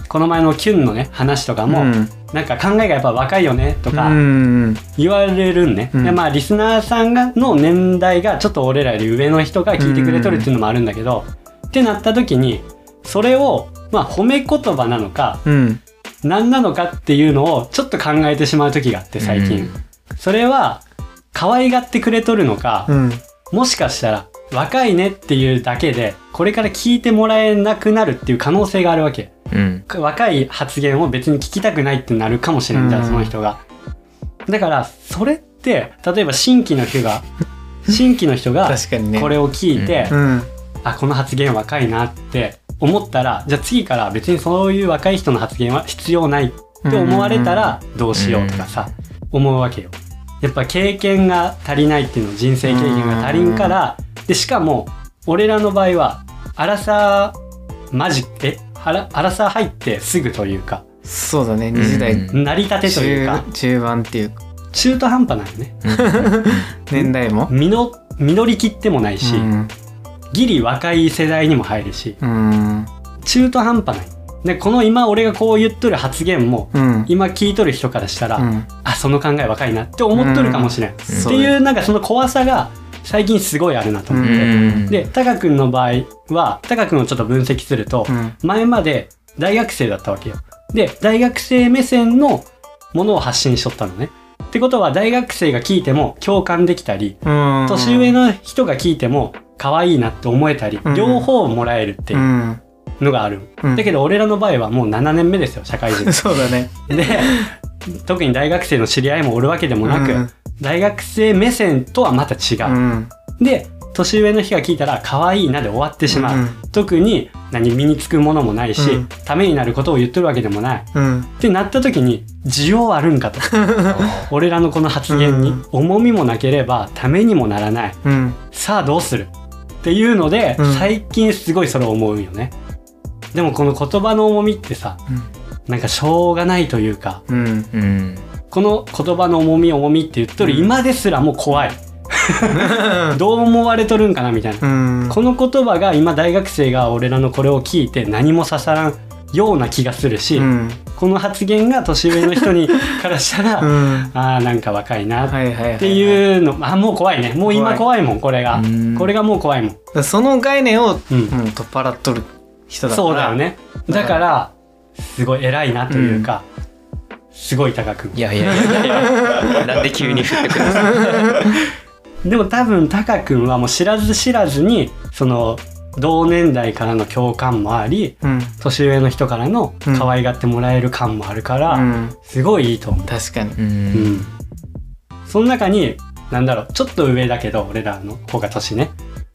[SPEAKER 1] この前のキュンのね話とかも、
[SPEAKER 2] うん
[SPEAKER 1] なんか考えがやっぱ若いよねと
[SPEAKER 2] う
[SPEAKER 1] か
[SPEAKER 2] ん
[SPEAKER 1] 言われるんね、
[SPEAKER 2] うん
[SPEAKER 1] でまあリスナーさんがの年代がちょっと俺らより上の人が聞いてくれとるっていうのもあるんだけど、ってなった時にそれをまあ褒め言葉なのか
[SPEAKER 2] うん
[SPEAKER 1] 何なのかっていうのをちょっと考えてしまう時があって
[SPEAKER 3] ー
[SPEAKER 1] 最近、それは可愛がってくれとるのか、
[SPEAKER 2] うん
[SPEAKER 1] もしかしたら若いねっていうだけでこれから聞いてもらえなくなるっていう可能性があるわけ
[SPEAKER 3] うん
[SPEAKER 1] 若い発言を別に聞きたくないってなるかもしれんじゃ
[SPEAKER 2] うんん
[SPEAKER 1] その人がだからそれって例えば新規の人 が新規の人が
[SPEAKER 2] 確かにね
[SPEAKER 1] これを聞いて、
[SPEAKER 2] うん
[SPEAKER 1] あこの発言若いなって思ったらじゃあ次から別にそういう若い人の発言は必要ないって思われたらどうしようとかさ思うわけよやっぱ経験が足りないっていうの人生経験が足りんからでしかも俺らの場合は荒さマジえ荒さ入ってすぐというか
[SPEAKER 2] そうだね20代
[SPEAKER 3] うん
[SPEAKER 1] 成り立てというか
[SPEAKER 2] 中中盤っていうか
[SPEAKER 1] 中途半端なのね
[SPEAKER 2] 年代も
[SPEAKER 1] 実の実りきってもないし、
[SPEAKER 2] うん
[SPEAKER 1] ギリ若い世代にも入るし
[SPEAKER 2] うん
[SPEAKER 1] 中途半端ないでこの今俺がこう言っとる発言も
[SPEAKER 2] うん
[SPEAKER 1] 今聞いとる人からしたら、
[SPEAKER 2] うん
[SPEAKER 1] あその考え若いなって思っとるかもしれん、っ
[SPEAKER 2] そ
[SPEAKER 1] て
[SPEAKER 2] う
[SPEAKER 1] い
[SPEAKER 2] ね
[SPEAKER 1] うなんかその怖さが最近すごいあるなと思っ
[SPEAKER 3] う
[SPEAKER 1] て、
[SPEAKER 3] ん
[SPEAKER 1] でタカ君の場合はタカ君をちょっと分析すると、
[SPEAKER 2] うん
[SPEAKER 1] 前まで大学生だったわけよで大学生目線のものを発信しとったのねってことは大学生が聞いても共感できたり
[SPEAKER 2] うん
[SPEAKER 1] 年上の人が聞いても可愛いなって思えたり、
[SPEAKER 2] うん
[SPEAKER 1] 両方もらえるって
[SPEAKER 2] う
[SPEAKER 1] いうんのがある、
[SPEAKER 2] うん
[SPEAKER 1] だけど俺らの場合はもう7年目ですよ社会 人
[SPEAKER 2] そうだね
[SPEAKER 1] で特に大学生の知り合いもおるわけでもなく、
[SPEAKER 2] うん
[SPEAKER 1] 大学生目線とはまた違
[SPEAKER 2] う
[SPEAKER 1] う、
[SPEAKER 2] ん
[SPEAKER 1] で年上の人が聞いたら可愛いなで終わってしまう、特に何身につくものもないし、
[SPEAKER 2] うん
[SPEAKER 1] ためになることを言ってるわけでもない
[SPEAKER 2] うん
[SPEAKER 1] ってなった時に需要あるんかと俺らのこの発言に
[SPEAKER 2] うん
[SPEAKER 1] 重みもなければためにもならない
[SPEAKER 2] うん
[SPEAKER 1] さあどうするっていうので、
[SPEAKER 2] うん
[SPEAKER 1] 最近すごいそれを思うんよねでもこの言葉の重みってさなんかしょうがないというか
[SPEAKER 2] うん
[SPEAKER 3] うん
[SPEAKER 1] この言葉の重み重みって言っとる
[SPEAKER 2] うん
[SPEAKER 1] 今ですらもう怖い、どう思われとるんかなみたいな、
[SPEAKER 2] うん
[SPEAKER 1] この言葉が今大学生が俺らのこれを聞いて何も刺さらんような気がするし、
[SPEAKER 2] うん
[SPEAKER 1] この発言が年上の 人にからしたら、
[SPEAKER 2] うん
[SPEAKER 1] あーなんか若いなっ
[SPEAKER 2] はいはいはいはい
[SPEAKER 1] ていうの、あもう怖いねもう今怖いもんこれが、
[SPEAKER 3] うん
[SPEAKER 1] これがもう怖いもん、
[SPEAKER 2] その概念を
[SPEAKER 1] うん
[SPEAKER 2] もう取っ払っとる人だから
[SPEAKER 1] そうだよねだからすごい偉いなというか、すごい高く
[SPEAKER 3] いやいやいやいやなんで急に振ってくるんですか
[SPEAKER 1] でも多分タカ君はもう知らず知らずにその同年代からの共感もあり
[SPEAKER 2] うん
[SPEAKER 1] 年上の人からの可愛がってもらえる感もあるから、
[SPEAKER 2] うん
[SPEAKER 1] すごいいいと思
[SPEAKER 2] 確かに
[SPEAKER 3] う
[SPEAKER 1] う、うんん、その中になんだろうちょっと上だけど俺らの方が年ね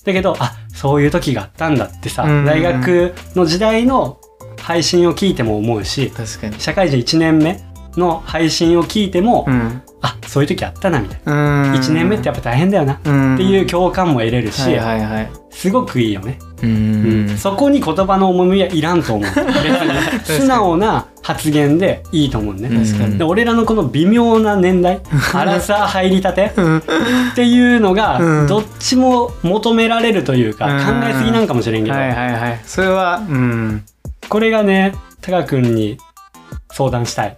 [SPEAKER 1] だけどあそういう時があったんだってさ、
[SPEAKER 2] うん
[SPEAKER 1] 大学の時代の配信を聞いても思うし
[SPEAKER 2] 確かに
[SPEAKER 1] 社会人1年目の配信を聞いても、
[SPEAKER 2] うん
[SPEAKER 1] あそういう時あったなみたい
[SPEAKER 2] うん
[SPEAKER 1] な1年目ってやっぱ大変だよなっ
[SPEAKER 2] って
[SPEAKER 1] いう共感も得れるし、
[SPEAKER 2] はいはいはい
[SPEAKER 1] すごくいいよね、う
[SPEAKER 3] う
[SPEAKER 1] ん
[SPEAKER 3] ん、
[SPEAKER 1] そこに言葉の重みはいらんと 思う別に素直な発言でいいと思うね、
[SPEAKER 3] 確
[SPEAKER 2] か
[SPEAKER 1] で俺らのこの微妙な年代荒さ入りたて
[SPEAKER 2] うん
[SPEAKER 1] っていうのが、
[SPEAKER 2] うん
[SPEAKER 1] どっちも求められるというか、
[SPEAKER 2] うん
[SPEAKER 1] 考えすぎなんかもしれんけど、
[SPEAKER 2] はいはいはいそれはうん
[SPEAKER 1] これがねタカ君に相談したい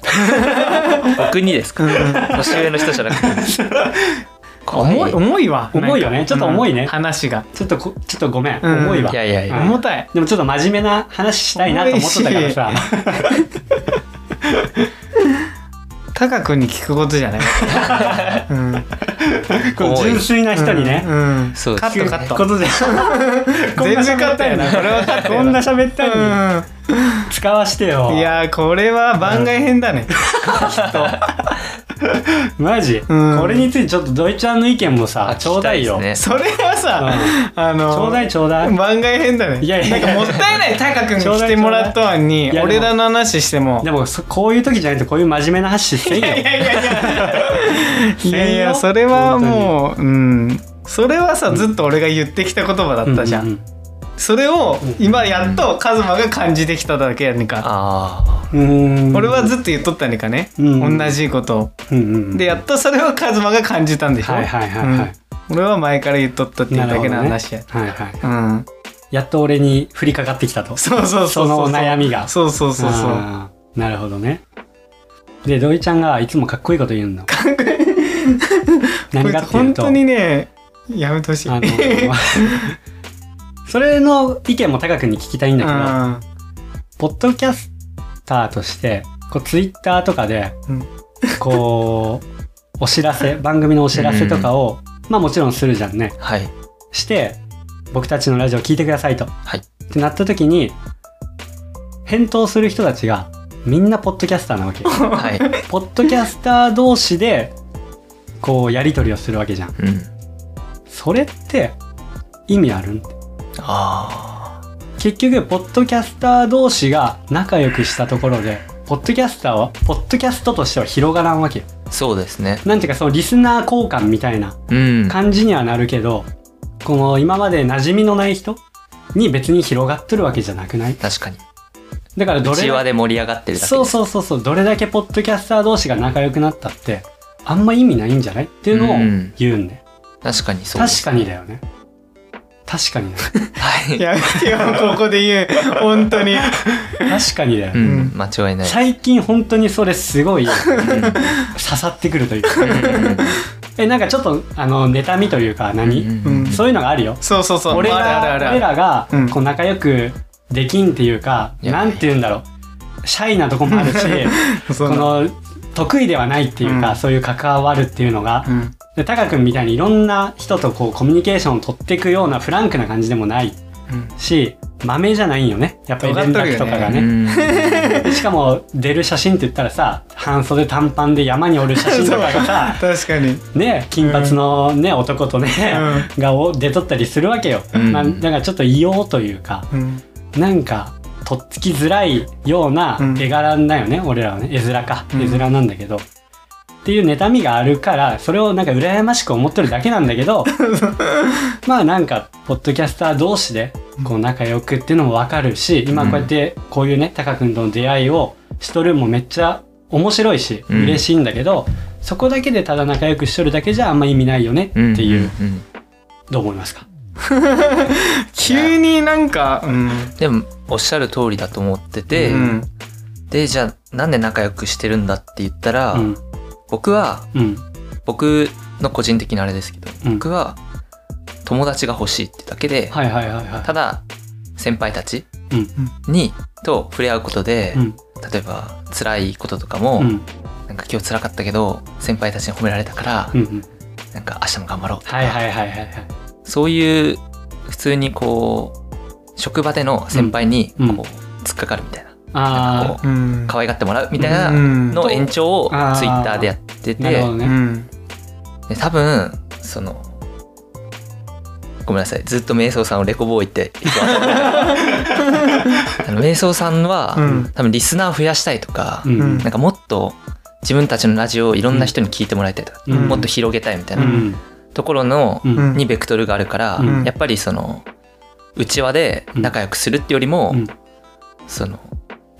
[SPEAKER 3] 僕にですか年上の人じゃなくて怖
[SPEAKER 2] 重い
[SPEAKER 3] い
[SPEAKER 2] 重いわ
[SPEAKER 1] 重いよね
[SPEAKER 2] なんか
[SPEAKER 1] ちょっと重いね
[SPEAKER 2] うん話が
[SPEAKER 1] ちょっとこちょっとごめん、
[SPEAKER 2] うん
[SPEAKER 1] 重いわ
[SPEAKER 3] いやいやいや
[SPEAKER 2] 重たい
[SPEAKER 1] でもちょっと真面目な話したいなと思っとったから さ
[SPEAKER 2] タカ君に聞くこと じゃないうん
[SPEAKER 1] この純粋な人にね、
[SPEAKER 2] うん
[SPEAKER 3] そうです
[SPEAKER 1] 聞
[SPEAKER 3] ね
[SPEAKER 1] く ことじゃ
[SPEAKER 2] 全然カットやなこれはカット
[SPEAKER 1] こんな喋ったのに
[SPEAKER 2] や
[SPEAKER 1] 使わしてよ
[SPEAKER 2] うんいやーこれは番外編だね
[SPEAKER 1] マジ、
[SPEAKER 2] うん
[SPEAKER 1] これについてちょっと土井ちゃんの意見もさちょうだいよ
[SPEAKER 3] 聞きたです
[SPEAKER 2] それはさ、あ
[SPEAKER 1] うん
[SPEAKER 2] の
[SPEAKER 1] ちょうだいちょうだい
[SPEAKER 2] 番外編だね
[SPEAKER 1] いやいやいや
[SPEAKER 2] なんかもったいないタカ君に来てもらったのに
[SPEAKER 1] ちょうだい
[SPEAKER 2] 俺らの話しても
[SPEAKER 1] でもそこういう時じゃないとこういう真面目な話せんよ
[SPEAKER 2] いやいやいや
[SPEAKER 1] せん
[SPEAKER 2] い
[SPEAKER 1] よ
[SPEAKER 2] やいやそれはもううんそれはさずっと俺が言ってきた言葉だったじゃん、
[SPEAKER 1] うう
[SPEAKER 2] それを今やっとカズマが感じてきただけやねんか、
[SPEAKER 3] あ
[SPEAKER 1] うん
[SPEAKER 2] 俺はずっと言っとったねんかね、
[SPEAKER 1] うん
[SPEAKER 2] 同じことを
[SPEAKER 1] うんうん
[SPEAKER 2] でやっとそれをカズマが感じたんでしょ、
[SPEAKER 1] はいはいはいはい、
[SPEAKER 2] うん俺は前から言っとったっていうだけの話や、
[SPEAKER 1] はいはい
[SPEAKER 2] うん
[SPEAKER 1] やっと俺に降りかかってきたと
[SPEAKER 2] そうそうそうう
[SPEAKER 1] その悩みが
[SPEAKER 2] そうそうそうそう
[SPEAKER 1] あーなるほどねで土井ちゃんがいつもかっこいいこと言うの何かってい
[SPEAKER 2] 本
[SPEAKER 1] うと
[SPEAKER 2] 当にねやめてほしい
[SPEAKER 1] あの それの意見も高くに聞きたいんだけど、ポッドキャスターとして、こう、ツイッターとかで、
[SPEAKER 2] うん
[SPEAKER 1] こう、お知らせ、番組のお知らせとかを、まあもちろんするじゃんね。
[SPEAKER 3] あはい
[SPEAKER 1] して、僕たちのラジオ聞いてくださいと。
[SPEAKER 3] はい
[SPEAKER 1] ってなった時に、返答する人たちが、みんなポッドキャスターなわけ。
[SPEAKER 3] はい、
[SPEAKER 1] ポッドキャスター同士で、こう、やり取りをするわけじゃん。
[SPEAKER 3] うん、
[SPEAKER 1] それって、意味あるん
[SPEAKER 3] ああ
[SPEAKER 1] 結局ポッドキャスター同士が仲良くしたところでポッドキャスターはポッドキャストとしては広がらんわけよ
[SPEAKER 3] そうですね
[SPEAKER 1] なんていうかそのリスナー交換みたいな
[SPEAKER 3] うん
[SPEAKER 1] 感じにはなるけどこの今まで馴染みのない人に別に広がっとるわけじゃなくない
[SPEAKER 3] 確かに
[SPEAKER 1] だからどれ
[SPEAKER 3] 内輪で盛り上がってるだけです
[SPEAKER 1] そうそうそうそうどれだけポッドキャスター同士が仲良くなったってあんま意味ないんじゃないっていうのを
[SPEAKER 3] うん
[SPEAKER 1] 言うんで、
[SPEAKER 3] 確かにそうです
[SPEAKER 1] 確かにだよね確かにだよ
[SPEAKER 3] はい
[SPEAKER 2] やめてよここで言う本当に
[SPEAKER 1] 確かにだよ
[SPEAKER 3] う
[SPEAKER 1] ね、
[SPEAKER 3] ん間違いない
[SPEAKER 1] 最近本当にそれすごい
[SPEAKER 3] うん
[SPEAKER 1] 刺さってくるというかえなんかちょっとあの妬みというか何、
[SPEAKER 3] うん
[SPEAKER 2] うん
[SPEAKER 1] そういうのがあるよ
[SPEAKER 2] そうそうそう
[SPEAKER 1] 俺ら
[SPEAKER 2] あるあるあ
[SPEAKER 1] 俺
[SPEAKER 2] る
[SPEAKER 1] らが
[SPEAKER 2] うん
[SPEAKER 1] こう仲良くできんっていうか、
[SPEAKER 3] いや
[SPEAKER 1] なんて言うんだろうシャイなとこもあるし
[SPEAKER 2] そ
[SPEAKER 1] こ
[SPEAKER 2] うなの
[SPEAKER 1] の得意ではないっていうか、
[SPEAKER 2] うんそう
[SPEAKER 1] いう関わるっていうのが
[SPEAKER 2] う、ん
[SPEAKER 1] でタカ君みたいにいろんな人とこうコミュニケーションを取っていくようなフランクな感じでもないし豆じゃないんよねやっぱり連絡とかが
[SPEAKER 2] 尖
[SPEAKER 1] ね
[SPEAKER 3] うん
[SPEAKER 1] でしかも出る写真って言ったらさ半袖短パンで山におる写真とかがさ
[SPEAKER 2] 確かに
[SPEAKER 1] ね、金髪の、ね男とね、がお出とったりするわけよ、
[SPEAKER 3] うん
[SPEAKER 1] まあ、だからちょっと異様というか
[SPEAKER 2] うん
[SPEAKER 1] なんかとっつきづらいような
[SPEAKER 2] うん
[SPEAKER 1] 絵柄だよね、俺らはね絵面か
[SPEAKER 2] うん
[SPEAKER 1] 絵面なんだけど、っていう妬みがあるからそれをなんか羨ましく思ってるだけなんだけどまあなんかポッドキャスター同士でこう仲良くっていうのもわかるし今こうやってこういうねタカ君との出会いをしとるんもめっちゃ面白いし
[SPEAKER 3] うん
[SPEAKER 1] 嬉しいんだけど、そこだけでただ仲良くしとるだけじゃあんま意味ないよねっていう、
[SPEAKER 3] うん
[SPEAKER 1] どう思いますか
[SPEAKER 2] 急になんかうん
[SPEAKER 3] でもおっしゃる通りだと思ってて、
[SPEAKER 2] うん
[SPEAKER 3] でじゃあなんで仲良くしてるんだって言ったら、
[SPEAKER 1] うん
[SPEAKER 3] 僕は
[SPEAKER 1] うん
[SPEAKER 3] 僕の個人的なあれですけど、
[SPEAKER 1] うん
[SPEAKER 3] 僕は友達が欲しいってだけで、
[SPEAKER 1] はいはいはいは
[SPEAKER 3] ただ先輩たち
[SPEAKER 1] うん
[SPEAKER 3] に、と触れ合うことで、
[SPEAKER 1] い。うん
[SPEAKER 3] 例えば辛いこととかも、
[SPEAKER 1] うん
[SPEAKER 3] なんか今日辛かったけど先輩たちに褒められたから、
[SPEAKER 1] うんうん
[SPEAKER 3] なんか明日も頑張ろうとか、
[SPEAKER 1] はいはいはいはいはい。
[SPEAKER 3] そういう普通にこう職場での先輩にこう、
[SPEAKER 1] うんうん
[SPEAKER 3] 突っかかるみたいななん
[SPEAKER 1] あ
[SPEAKER 3] かこ
[SPEAKER 2] うん
[SPEAKER 3] う可愛がってもらうみたいな
[SPEAKER 2] うん
[SPEAKER 3] の延長をツイ
[SPEAKER 1] あー
[SPEAKER 3] ッターでやって
[SPEAKER 1] あ、なるほ
[SPEAKER 3] て
[SPEAKER 1] ど
[SPEAKER 2] う
[SPEAKER 1] ね。
[SPEAKER 2] ん
[SPEAKER 3] で多分そのごめんなさいずっと瞑想さんをレコボーイって言ってま したあの瞑想さんは、
[SPEAKER 2] うん
[SPEAKER 3] 多分リスナー増やしたいとか、
[SPEAKER 1] うん
[SPEAKER 2] うん
[SPEAKER 3] なんかもっと自分たちのラジオをいろんな人に聞いてもらいたいとか、
[SPEAKER 1] うん
[SPEAKER 3] もっと広げたいみたいうなんところの、
[SPEAKER 1] うん
[SPEAKER 2] うん
[SPEAKER 3] にベクトルがあるから、
[SPEAKER 1] うん
[SPEAKER 3] やっぱりその内輪で仲良くするってよりも、
[SPEAKER 1] うん
[SPEAKER 3] その、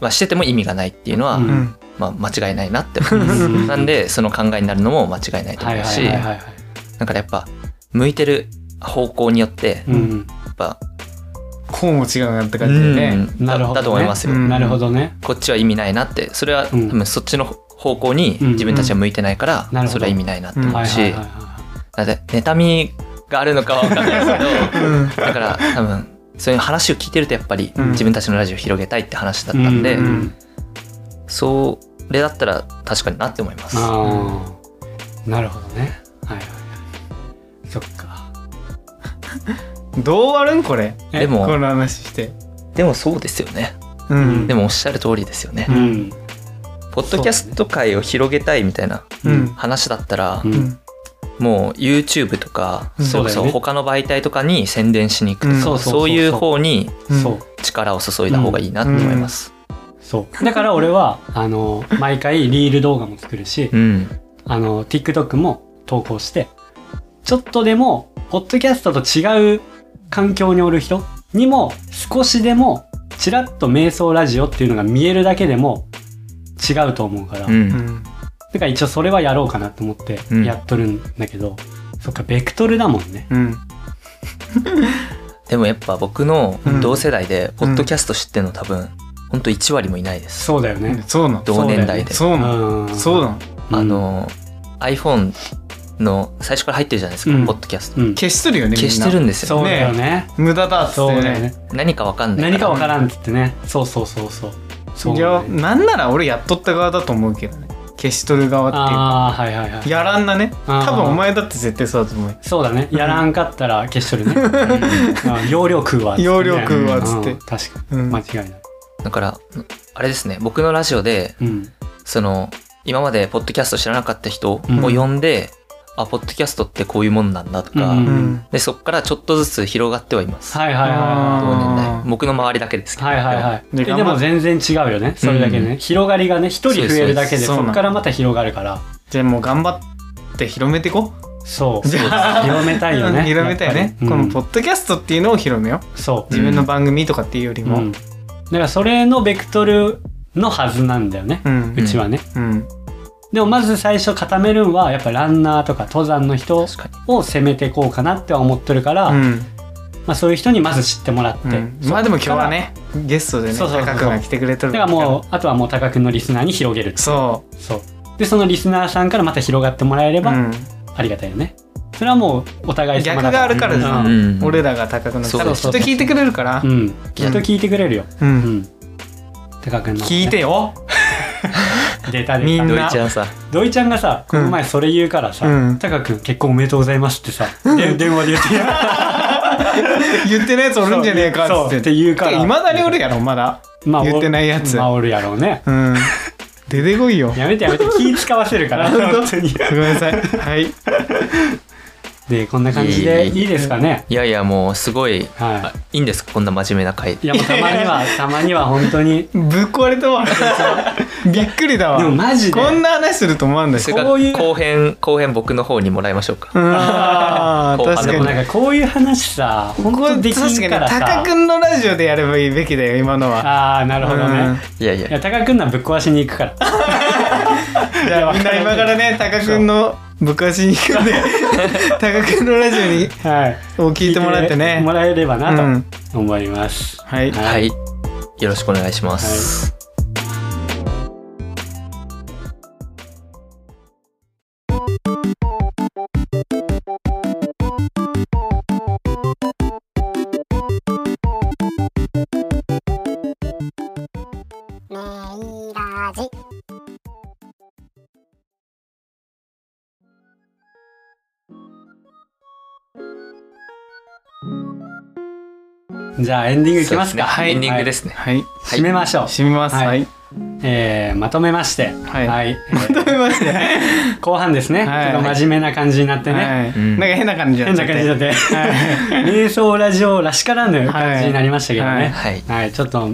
[SPEAKER 3] まあ、してても意味がないっていうのは、
[SPEAKER 1] うん
[SPEAKER 2] うん
[SPEAKER 3] まあ、間違いない なって思います。
[SPEAKER 1] うん
[SPEAKER 3] なんでその考えになるのも間違いないと
[SPEAKER 1] はい
[SPEAKER 3] 思
[SPEAKER 1] はい
[SPEAKER 3] うし、
[SPEAKER 1] はいはいはい。
[SPEAKER 3] だからやっぱ向いてる方向によって
[SPEAKER 1] う
[SPEAKER 3] や
[SPEAKER 1] ん
[SPEAKER 3] っぱ、
[SPEAKER 2] こうも違うなって
[SPEAKER 3] う
[SPEAKER 2] 感じで
[SPEAKER 3] ん
[SPEAKER 2] ね
[SPEAKER 1] なる
[SPEAKER 3] だ
[SPEAKER 1] ほどね
[SPEAKER 3] だと思いますよ、
[SPEAKER 2] うん
[SPEAKER 1] なるほどね。
[SPEAKER 3] こっちは意味ないなってそれは多
[SPEAKER 1] うん
[SPEAKER 3] 分そっちの方向に自分たちは向いてないから、
[SPEAKER 1] うんうん
[SPEAKER 3] それは意味ないなって
[SPEAKER 2] うん
[SPEAKER 3] 思
[SPEAKER 1] は
[SPEAKER 3] う
[SPEAKER 1] い
[SPEAKER 3] し、
[SPEAKER 1] はいはいは
[SPEAKER 3] だって妬みがあるのかは分かんないですけ ど
[SPEAKER 2] うん
[SPEAKER 3] だから多分そういう話を聞いてるとやっぱり
[SPEAKER 2] うん
[SPEAKER 3] 自分たちのラジオを広げたいって話だっ
[SPEAKER 1] い。
[SPEAKER 3] たんで、
[SPEAKER 1] ううん
[SPEAKER 3] それだったら確かになって思います。
[SPEAKER 1] ああ、なるほどね。はいはいはい。そっか。
[SPEAKER 2] どう終わるんこれ
[SPEAKER 1] え
[SPEAKER 3] でも
[SPEAKER 2] この話して
[SPEAKER 3] でもそうですよね。
[SPEAKER 2] うん
[SPEAKER 3] でもおっしゃる通りですよね
[SPEAKER 1] う。ん。
[SPEAKER 3] ポポッドキャスト界を広げたいみたいな
[SPEAKER 2] うん
[SPEAKER 3] 話だったら、
[SPEAKER 1] うん
[SPEAKER 2] うん
[SPEAKER 3] もう YouTube とか、
[SPEAKER 2] うん
[SPEAKER 3] それこ
[SPEAKER 1] そうだよ
[SPEAKER 3] そ
[SPEAKER 1] ね
[SPEAKER 3] 他の媒体とかに宣伝しに行くとか、
[SPEAKER 2] うん
[SPEAKER 1] そうそうそうそう
[SPEAKER 3] そういう方に
[SPEAKER 2] うん
[SPEAKER 1] そう
[SPEAKER 3] 力を注いだ方がいいなと思います。
[SPEAKER 1] そうだから俺はあの毎回リール動画も作るし、
[SPEAKER 3] うん、
[SPEAKER 1] あの TikTok も投稿してちょっとでもポッドキャストと違う環境におる人にも少しでもちらっと瞑想ラジオっていうのが見えるだけでも違うと思うから、
[SPEAKER 3] う、
[SPEAKER 1] だ
[SPEAKER 2] うんん
[SPEAKER 1] から一応それはやろうかなと思って
[SPEAKER 3] うん
[SPEAKER 1] やっとるんだけど、そっかベクトルだもんね
[SPEAKER 2] うん
[SPEAKER 3] でもやっぱ僕の
[SPEAKER 2] うん
[SPEAKER 3] 同世代でポッドキャスト知ってんの多分ほんと1割もいないです、
[SPEAKER 1] そうだよね、
[SPEAKER 2] そうなん
[SPEAKER 3] 同年代で、
[SPEAKER 2] そうなん
[SPEAKER 1] うん
[SPEAKER 2] そうなん
[SPEAKER 3] あの iPhone の最初から入ってるじゃないですか、
[SPEAKER 1] うん
[SPEAKER 3] ポッドキャスト
[SPEAKER 1] うん、
[SPEAKER 2] 消してるよねみんな
[SPEAKER 3] 消してるんです
[SPEAKER 1] そ
[SPEAKER 3] よ、
[SPEAKER 1] うだよね
[SPEAKER 2] 無駄だっつって
[SPEAKER 1] そうだよね
[SPEAKER 3] 何かわかんない
[SPEAKER 1] 何
[SPEAKER 3] から
[SPEAKER 1] かわからんっつってねそうそうそうそうそう
[SPEAKER 2] い
[SPEAKER 1] な
[SPEAKER 2] や
[SPEAKER 1] んだよね
[SPEAKER 2] なんなら俺やっとった側だと思うけどね消しとる側っていうか
[SPEAKER 1] ああはいはいはい
[SPEAKER 2] やらんなね
[SPEAKER 1] あー
[SPEAKER 2] 多分お前だって絶対そうだと思うよ
[SPEAKER 1] そうだ ね。やらんかったら消しとるね。うん容量食うわっつってね。
[SPEAKER 2] 容量食うわっつっ
[SPEAKER 1] う
[SPEAKER 2] て
[SPEAKER 1] ん確か
[SPEAKER 2] う
[SPEAKER 1] に。
[SPEAKER 2] ん
[SPEAKER 1] 間違いない。
[SPEAKER 3] だからあれですね僕のラジオで
[SPEAKER 1] うん。
[SPEAKER 3] その今までポッドキャスト知らなかった人を
[SPEAKER 1] うん
[SPEAKER 3] 呼んで、あポッドキャストってこういうもんなんだと
[SPEAKER 1] う
[SPEAKER 3] か、
[SPEAKER 1] ん
[SPEAKER 2] う
[SPEAKER 1] うん
[SPEAKER 2] ん
[SPEAKER 3] でそっからちょっとずつ広がってはいます、
[SPEAKER 1] はいはいは
[SPEAKER 3] 同
[SPEAKER 2] あ
[SPEAKER 3] 年
[SPEAKER 2] あ
[SPEAKER 3] 代
[SPEAKER 2] ー
[SPEAKER 3] 僕の周りだけです
[SPEAKER 1] い。
[SPEAKER 3] けど、
[SPEAKER 1] はいはいはい。え
[SPEAKER 2] で
[SPEAKER 1] でも全然違うよね。それだけ
[SPEAKER 3] う
[SPEAKER 1] ね。広がりがね、一人増えるだけで、
[SPEAKER 2] そうですそう
[SPEAKER 1] そ
[SPEAKER 2] なの
[SPEAKER 1] っからまた広がるから。
[SPEAKER 2] じゃあもう頑張って広めていこ
[SPEAKER 1] そう。
[SPEAKER 2] うじ
[SPEAKER 1] 広
[SPEAKER 2] ゃあ
[SPEAKER 1] めたいよね。
[SPEAKER 2] 広めたいね、
[SPEAKER 1] やっぱ
[SPEAKER 2] こ
[SPEAKER 1] りう
[SPEAKER 2] の
[SPEAKER 1] ん
[SPEAKER 2] ポッドキャストっていうのを広めよう
[SPEAKER 1] そう。
[SPEAKER 2] 自分の番組とかっていうよりも
[SPEAKER 1] う
[SPEAKER 2] うんん
[SPEAKER 1] だからそれのベクトルのはずなんだよね。
[SPEAKER 2] うん
[SPEAKER 1] うちはね。
[SPEAKER 2] うん
[SPEAKER 1] でもまず最初固めるんは、やっぱランナーとか登山の人
[SPEAKER 3] 確かに
[SPEAKER 1] を攻めていこうかなっては思ってるか
[SPEAKER 2] う
[SPEAKER 1] ら、
[SPEAKER 2] ん
[SPEAKER 1] まあそういう人にまず知ってもらって。
[SPEAKER 2] うんまあでも今日はねゲストでね
[SPEAKER 1] そうそうそう
[SPEAKER 2] 高くが来てくれ
[SPEAKER 1] だ
[SPEAKER 2] とる
[SPEAKER 1] からもうあとはもう高くんのリスナーに広げる
[SPEAKER 2] そ
[SPEAKER 1] そうでそのリスナーさんからまた広がってもらえれ
[SPEAKER 2] う、
[SPEAKER 1] ば
[SPEAKER 2] うん
[SPEAKER 1] ありがたいよね、それはもうお互い様
[SPEAKER 2] 逆
[SPEAKER 1] だ
[SPEAKER 2] があるから
[SPEAKER 1] う
[SPEAKER 2] さ、
[SPEAKER 1] ん、
[SPEAKER 3] ん
[SPEAKER 2] 俺らが高くの
[SPEAKER 3] そう
[SPEAKER 2] 多分きっと聞いてくれるから
[SPEAKER 1] うんきっと聞いてくれるよ、
[SPEAKER 2] うん
[SPEAKER 1] うん高くんの、
[SPEAKER 2] 聞いてよ、
[SPEAKER 1] データで
[SPEAKER 2] みん
[SPEAKER 3] ド
[SPEAKER 2] な
[SPEAKER 3] イちゃんさ
[SPEAKER 1] 土井ちゃんがさこの前それ言うからさ
[SPEAKER 2] う
[SPEAKER 1] 「
[SPEAKER 2] ん
[SPEAKER 1] 高くん結婚おめでとうございます」ってさ、で電話で言って
[SPEAKER 2] 言ってないやつおるんじゃねえかっ
[SPEAKER 1] そうっ
[SPEAKER 2] つってて
[SPEAKER 1] 言うから
[SPEAKER 2] いまだにおるやろまだ
[SPEAKER 1] まあお
[SPEAKER 2] 言ってないやつ
[SPEAKER 1] まあおるやろうね
[SPEAKER 2] うん出てこいよ
[SPEAKER 1] やめてやめて気使わせる から本当に
[SPEAKER 2] ごめんなさいはい
[SPEAKER 1] でこんな感じでいいですかね
[SPEAKER 3] いやいやもうすごい
[SPEAKER 1] はい
[SPEAKER 3] あいいんですかこんな真面目な回
[SPEAKER 1] いやもうたまにはたまに は本当に
[SPEAKER 2] ぶっ壊れたわ びっくりだわ
[SPEAKER 1] でもマジで
[SPEAKER 2] こんな話すると思わんだし
[SPEAKER 3] それか
[SPEAKER 1] こういう
[SPEAKER 3] 後編後編僕の方にもらいましょうか、
[SPEAKER 2] あー
[SPEAKER 3] 後半
[SPEAKER 2] 確か
[SPEAKER 3] で
[SPEAKER 1] でも
[SPEAKER 2] に
[SPEAKER 1] なんかこういう話さ本
[SPEAKER 2] こ
[SPEAKER 1] 当
[SPEAKER 2] れ
[SPEAKER 1] できん
[SPEAKER 2] 確
[SPEAKER 1] か
[SPEAKER 2] からに
[SPEAKER 1] さ
[SPEAKER 2] 高くんのラジオでやればいいべきだよ今 のは
[SPEAKER 1] ああなるほどね
[SPEAKER 3] いやいや
[SPEAKER 1] いや高くんのはぶっ壊しに行くから
[SPEAKER 2] じゃあみんな今からね高くんのぶっ壊しに行くんで 高くんのラジオに
[SPEAKER 1] はい
[SPEAKER 2] を聞いてもらって
[SPEAKER 1] 聞い
[SPEAKER 2] ね
[SPEAKER 1] もらえれば
[SPEAKER 2] う
[SPEAKER 1] なんと思います、
[SPEAKER 2] はい
[SPEAKER 1] は
[SPEAKER 3] はいいよろしくお願いします、
[SPEAKER 4] メイラジ
[SPEAKER 1] じゃあエンディングいき
[SPEAKER 3] そう
[SPEAKER 1] ま
[SPEAKER 3] ですす
[SPEAKER 1] か、
[SPEAKER 3] ねエンディングですすね、
[SPEAKER 2] はい
[SPEAKER 1] はい締めましょう、
[SPEAKER 2] 締めます
[SPEAKER 1] はい
[SPEAKER 2] はい
[SPEAKER 1] えーまとめまして
[SPEAKER 2] はい
[SPEAKER 1] まとめまして後半ですね、
[SPEAKER 2] はい
[SPEAKER 1] ちょっと真面目な感じになってね、
[SPEAKER 2] はい
[SPEAKER 3] うん
[SPEAKER 2] なんか変な感じに
[SPEAKER 1] 変な
[SPEAKER 2] なっ
[SPEAKER 1] 感じにな
[SPEAKER 2] ちゃ
[SPEAKER 1] っ
[SPEAKER 2] って
[SPEAKER 1] 瞑想ラジオらしからぬ感じになりましたけどね、
[SPEAKER 2] はい
[SPEAKER 3] はい
[SPEAKER 1] はい、ちょっと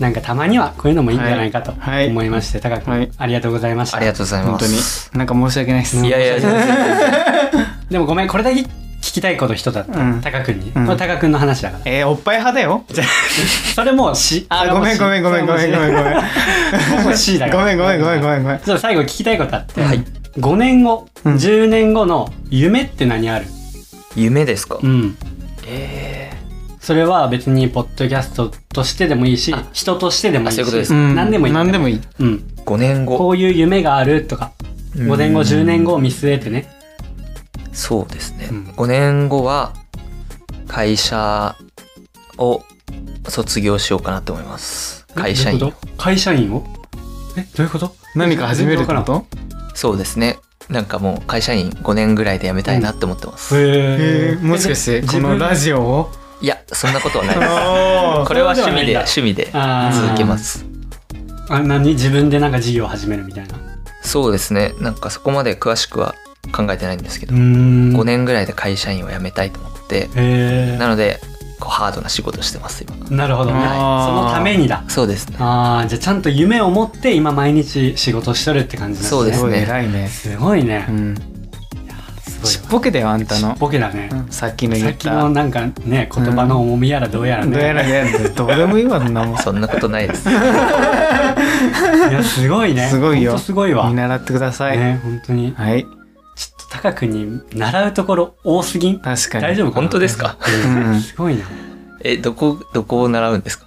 [SPEAKER 1] なんかたまにはこういうのもいいんじゃないかと
[SPEAKER 2] はい
[SPEAKER 1] 思いまして、高く
[SPEAKER 2] はい
[SPEAKER 1] ありがとうございました。
[SPEAKER 3] ありがとうござい
[SPEAKER 2] 本
[SPEAKER 3] ま
[SPEAKER 2] 当に
[SPEAKER 3] す
[SPEAKER 2] なんか申し訳ないです
[SPEAKER 1] 当に
[SPEAKER 3] いやいやいや
[SPEAKER 1] でもごめんこれだけ聞きたいこと一つだった、
[SPEAKER 2] うん
[SPEAKER 1] 高くんに、
[SPEAKER 2] うん
[SPEAKER 1] これ高くんの話だから。
[SPEAKER 2] えーおっぱい派だよ
[SPEAKER 1] それもうし、それ
[SPEAKER 2] あ
[SPEAKER 1] も
[SPEAKER 2] ごめん
[SPEAKER 1] し
[SPEAKER 2] ごめんごめんごめんごめんごめんごめん
[SPEAKER 1] それも C だか
[SPEAKER 2] ご
[SPEAKER 1] ら。
[SPEAKER 2] めんごめんごめんごめんごめん
[SPEAKER 1] ちょっと最後聞きたいことあって、
[SPEAKER 3] はい
[SPEAKER 1] 5年後、
[SPEAKER 2] うん
[SPEAKER 1] 10年後の夢って何ある？
[SPEAKER 3] 夢ですか、
[SPEAKER 1] うん。
[SPEAKER 3] え
[SPEAKER 1] それは別にポッドキャストとしてでもいいし、人としてでもいいし、
[SPEAKER 3] あそういうことです
[SPEAKER 2] うん
[SPEAKER 1] 何でもいい。
[SPEAKER 2] 何でもいい
[SPEAKER 1] うん。
[SPEAKER 3] ー、5年後
[SPEAKER 1] こういう夢があるとか、5年後
[SPEAKER 3] うん
[SPEAKER 1] 10年後を見据えてね。
[SPEAKER 3] そうですね、
[SPEAKER 1] うん
[SPEAKER 3] 5年後は会社を卒業しようかなと思います会社
[SPEAKER 1] どうい
[SPEAKER 3] 員
[SPEAKER 1] うこと会社員をえどういうこと
[SPEAKER 2] 何か始めるって
[SPEAKER 1] 全然わ
[SPEAKER 2] こ
[SPEAKER 1] か
[SPEAKER 2] と
[SPEAKER 3] そうですねなんかもう会社員5年ぐらいで辞めたいなって思ってます、
[SPEAKER 2] へ
[SPEAKER 1] へ
[SPEAKER 2] えもしかしてこのラジオを
[SPEAKER 3] いやそんなことはないです
[SPEAKER 2] お
[SPEAKER 3] これは趣
[SPEAKER 1] そうではな
[SPEAKER 3] 味で
[SPEAKER 1] いんだ
[SPEAKER 3] 趣味で
[SPEAKER 1] あー
[SPEAKER 3] 続けます
[SPEAKER 1] あんなに自分でなんか事業を始めるみたいなう
[SPEAKER 3] そうですねなんかそこまで詳しくは考えてないんですけど、
[SPEAKER 1] ーん
[SPEAKER 3] 5年ぐらいで会社員を辞めたいと思って
[SPEAKER 1] へ
[SPEAKER 3] なのでこうハードな仕事してます今
[SPEAKER 1] えなるほどね
[SPEAKER 2] あー
[SPEAKER 1] そのためにだ
[SPEAKER 3] そうですね
[SPEAKER 1] あーじゃあちゃんと夢を持って今毎日仕事しとるって感じなんですね
[SPEAKER 3] そうです
[SPEAKER 2] ごい
[SPEAKER 3] ね
[SPEAKER 2] 偉いね
[SPEAKER 1] すごいね
[SPEAKER 2] うんち
[SPEAKER 1] す
[SPEAKER 2] っ
[SPEAKER 1] ごいわ
[SPEAKER 2] ぽけだよあんた
[SPEAKER 1] ち
[SPEAKER 2] の
[SPEAKER 1] っぽけだね
[SPEAKER 2] うんさっきの
[SPEAKER 1] さ
[SPEAKER 2] 言
[SPEAKER 1] っ
[SPEAKER 2] っ
[SPEAKER 1] きの
[SPEAKER 2] た
[SPEAKER 1] なんかね言葉の重みやらどうやら
[SPEAKER 2] どうや
[SPEAKER 1] ね
[SPEAKER 2] らいやどうでもいいわそんなもん
[SPEAKER 3] そんなことない です
[SPEAKER 1] いやすごいね
[SPEAKER 2] すごいよ
[SPEAKER 1] ほんとすごいわ
[SPEAKER 2] 見
[SPEAKER 1] ね
[SPEAKER 2] 習ってください、
[SPEAKER 1] 本当に
[SPEAKER 2] はい
[SPEAKER 1] ちょっとタカ君に習うところ多すぎん
[SPEAKER 2] 確かに
[SPEAKER 1] 大丈夫かな
[SPEAKER 3] 本当ですか
[SPEAKER 1] うん
[SPEAKER 2] うん
[SPEAKER 1] すごいな
[SPEAKER 3] えどこどこを習うんですか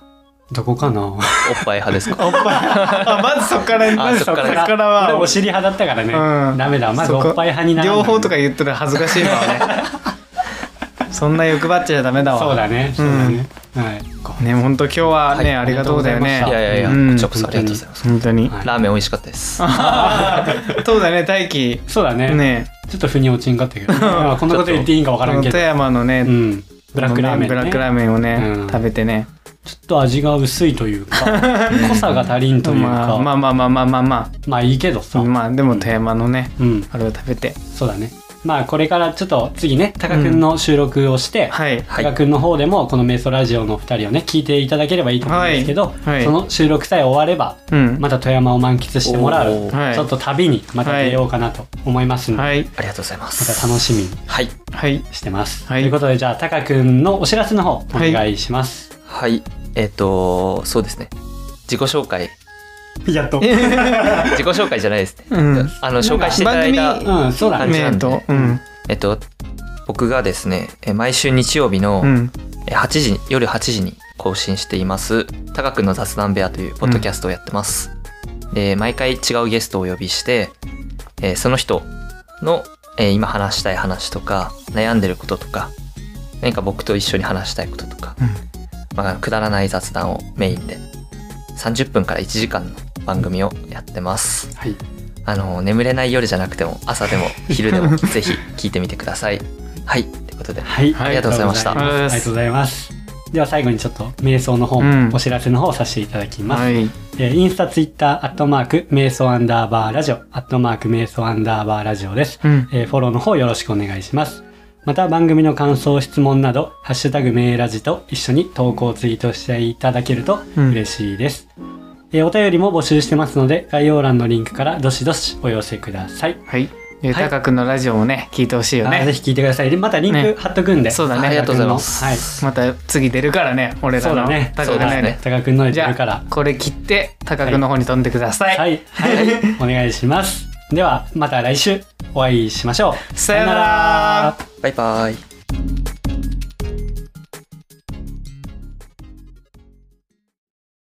[SPEAKER 1] どこかな
[SPEAKER 3] おっぱい派ですか
[SPEAKER 2] おっ ぱいあまずそっから
[SPEAKER 3] あ
[SPEAKER 2] まずそっ
[SPEAKER 3] そっ
[SPEAKER 2] から
[SPEAKER 1] から俺
[SPEAKER 2] は
[SPEAKER 1] お尻派だったからね、
[SPEAKER 2] うん
[SPEAKER 1] ダメだまず
[SPEAKER 2] そ
[SPEAKER 1] お
[SPEAKER 2] こ
[SPEAKER 1] っぱい派にならない
[SPEAKER 2] 両方とか言ったら恥ず かしいわねそんな欲張っちゃダメだわ
[SPEAKER 1] そうだねそうだね、はいこ
[SPEAKER 2] ね本当今日はね、
[SPEAKER 3] はい
[SPEAKER 2] ありがとうだよね
[SPEAKER 1] あ
[SPEAKER 3] い
[SPEAKER 1] り
[SPEAKER 3] やいやいや、
[SPEAKER 2] うん
[SPEAKER 3] こちらこそありがとうございます
[SPEAKER 2] 本当に、
[SPEAKER 1] は
[SPEAKER 3] ラーメン美味しかったです
[SPEAKER 2] そうだね大輝
[SPEAKER 1] うそうだね
[SPEAKER 2] ね
[SPEAKER 1] ちょっと腑に落ちんかったけど、まあこんなこと言っていいんかわ
[SPEAKER 2] あ
[SPEAKER 1] からん
[SPEAKER 2] の
[SPEAKER 1] けど
[SPEAKER 2] 富、山のね、
[SPEAKER 1] うん、ブラックラーメン、ね、
[SPEAKER 2] ブラックラーメンをね、
[SPEAKER 1] うん
[SPEAKER 2] 食べてね
[SPEAKER 1] ちょっと味が薄いというか濃さが足りんというか、
[SPEAKER 2] まあ、ま
[SPEAKER 1] まあ、
[SPEAKER 2] あまあまあまあまあま
[SPEAKER 1] いいけどさ、
[SPEAKER 2] あまあでも富山のね
[SPEAKER 1] うん
[SPEAKER 2] あれを食べて
[SPEAKER 1] そうだねまあこれからちょっと次ねタカ君の収録をして、
[SPEAKER 2] はい
[SPEAKER 3] はい
[SPEAKER 1] タカ君の方でもこのメソラジオの2人をね聞いていただければいいと思うんですけど、
[SPEAKER 2] はいはい
[SPEAKER 1] その収録さえ終われば
[SPEAKER 2] うん、
[SPEAKER 1] また富山を満喫してもらう
[SPEAKER 3] おー
[SPEAKER 2] はい
[SPEAKER 1] ちょっと旅にまた出ようかなと思いますので、
[SPEAKER 2] はい
[SPEAKER 3] ありがとうございま
[SPEAKER 1] ますた楽しみに
[SPEAKER 3] はい
[SPEAKER 2] はい
[SPEAKER 1] してます、
[SPEAKER 2] はい
[SPEAKER 1] ということでじゃあタカ君のお知らせの方お願いします、
[SPEAKER 3] はいえっ、とそうですね自己紹介
[SPEAKER 1] やっと
[SPEAKER 3] 自己紹介じゃないですね、
[SPEAKER 2] うん
[SPEAKER 3] あの紹介していただい
[SPEAKER 2] 番
[SPEAKER 3] た
[SPEAKER 2] 組
[SPEAKER 1] うんそうだね
[SPEAKER 3] 感じな
[SPEAKER 2] ね
[SPEAKER 3] んで
[SPEAKER 2] とうん
[SPEAKER 3] えっと僕がですねえ毎週日曜日の
[SPEAKER 2] うん
[SPEAKER 3] え8時に夜8時に更新しています「高くの雑談部屋」というポッドキャストをやってます、で毎回違うゲストをお呼びして、えーその人の、えー今話したい話とか悩んでることとか何か僕と一緒に話したいこととか、まあ、くだらない雑談をメインで30分から1時間の番組をやってます
[SPEAKER 1] はい
[SPEAKER 3] あの眠れない夜じゃなくても朝でも昼でもぜひ聞いてみてくださいはいということで
[SPEAKER 1] はい、
[SPEAKER 2] はい
[SPEAKER 3] ありがとうございました
[SPEAKER 1] ありがとうございますでは最後にちょっと瞑想の方、
[SPEAKER 2] うん
[SPEAKER 1] お知らせの方をさせていただきます、
[SPEAKER 2] はい
[SPEAKER 1] えーインスタツイッターアットマーク瞑想アンダーバーラジオアットマーク瞑想アンダーバーラジオです、
[SPEAKER 2] うん
[SPEAKER 1] えーフォローの方よろしくお願いしますまた番組の感想質問など「ハッシュタグメーラジ」と一緒に投稿ツイートしていただけると
[SPEAKER 2] うん
[SPEAKER 1] 嬉しいです、えーお便りも募集してますので概要欄のリンクからどしどしお寄せください
[SPEAKER 2] はいで
[SPEAKER 1] はい
[SPEAKER 2] 高くんのラジオもね聞いてほしいよ
[SPEAKER 1] あーぜ
[SPEAKER 2] ね
[SPEAKER 1] ひ聞いてくださいでまたリンク貼っとくんで、
[SPEAKER 2] そうだね
[SPEAKER 3] ありがとうございます、
[SPEAKER 1] はい
[SPEAKER 2] また次出るからね俺ら
[SPEAKER 1] そうだ
[SPEAKER 2] の
[SPEAKER 1] ね
[SPEAKER 2] 高く
[SPEAKER 3] そう
[SPEAKER 2] の
[SPEAKER 3] ですね
[SPEAKER 1] 高くんの
[SPEAKER 2] じ
[SPEAKER 1] で
[SPEAKER 2] ゃ
[SPEAKER 1] るから
[SPEAKER 2] あこれ切って高くんの方に飛んでください、
[SPEAKER 1] はい、はい、お願いしますではまた来週お会いしましょう
[SPEAKER 2] さよなら
[SPEAKER 3] バイバイ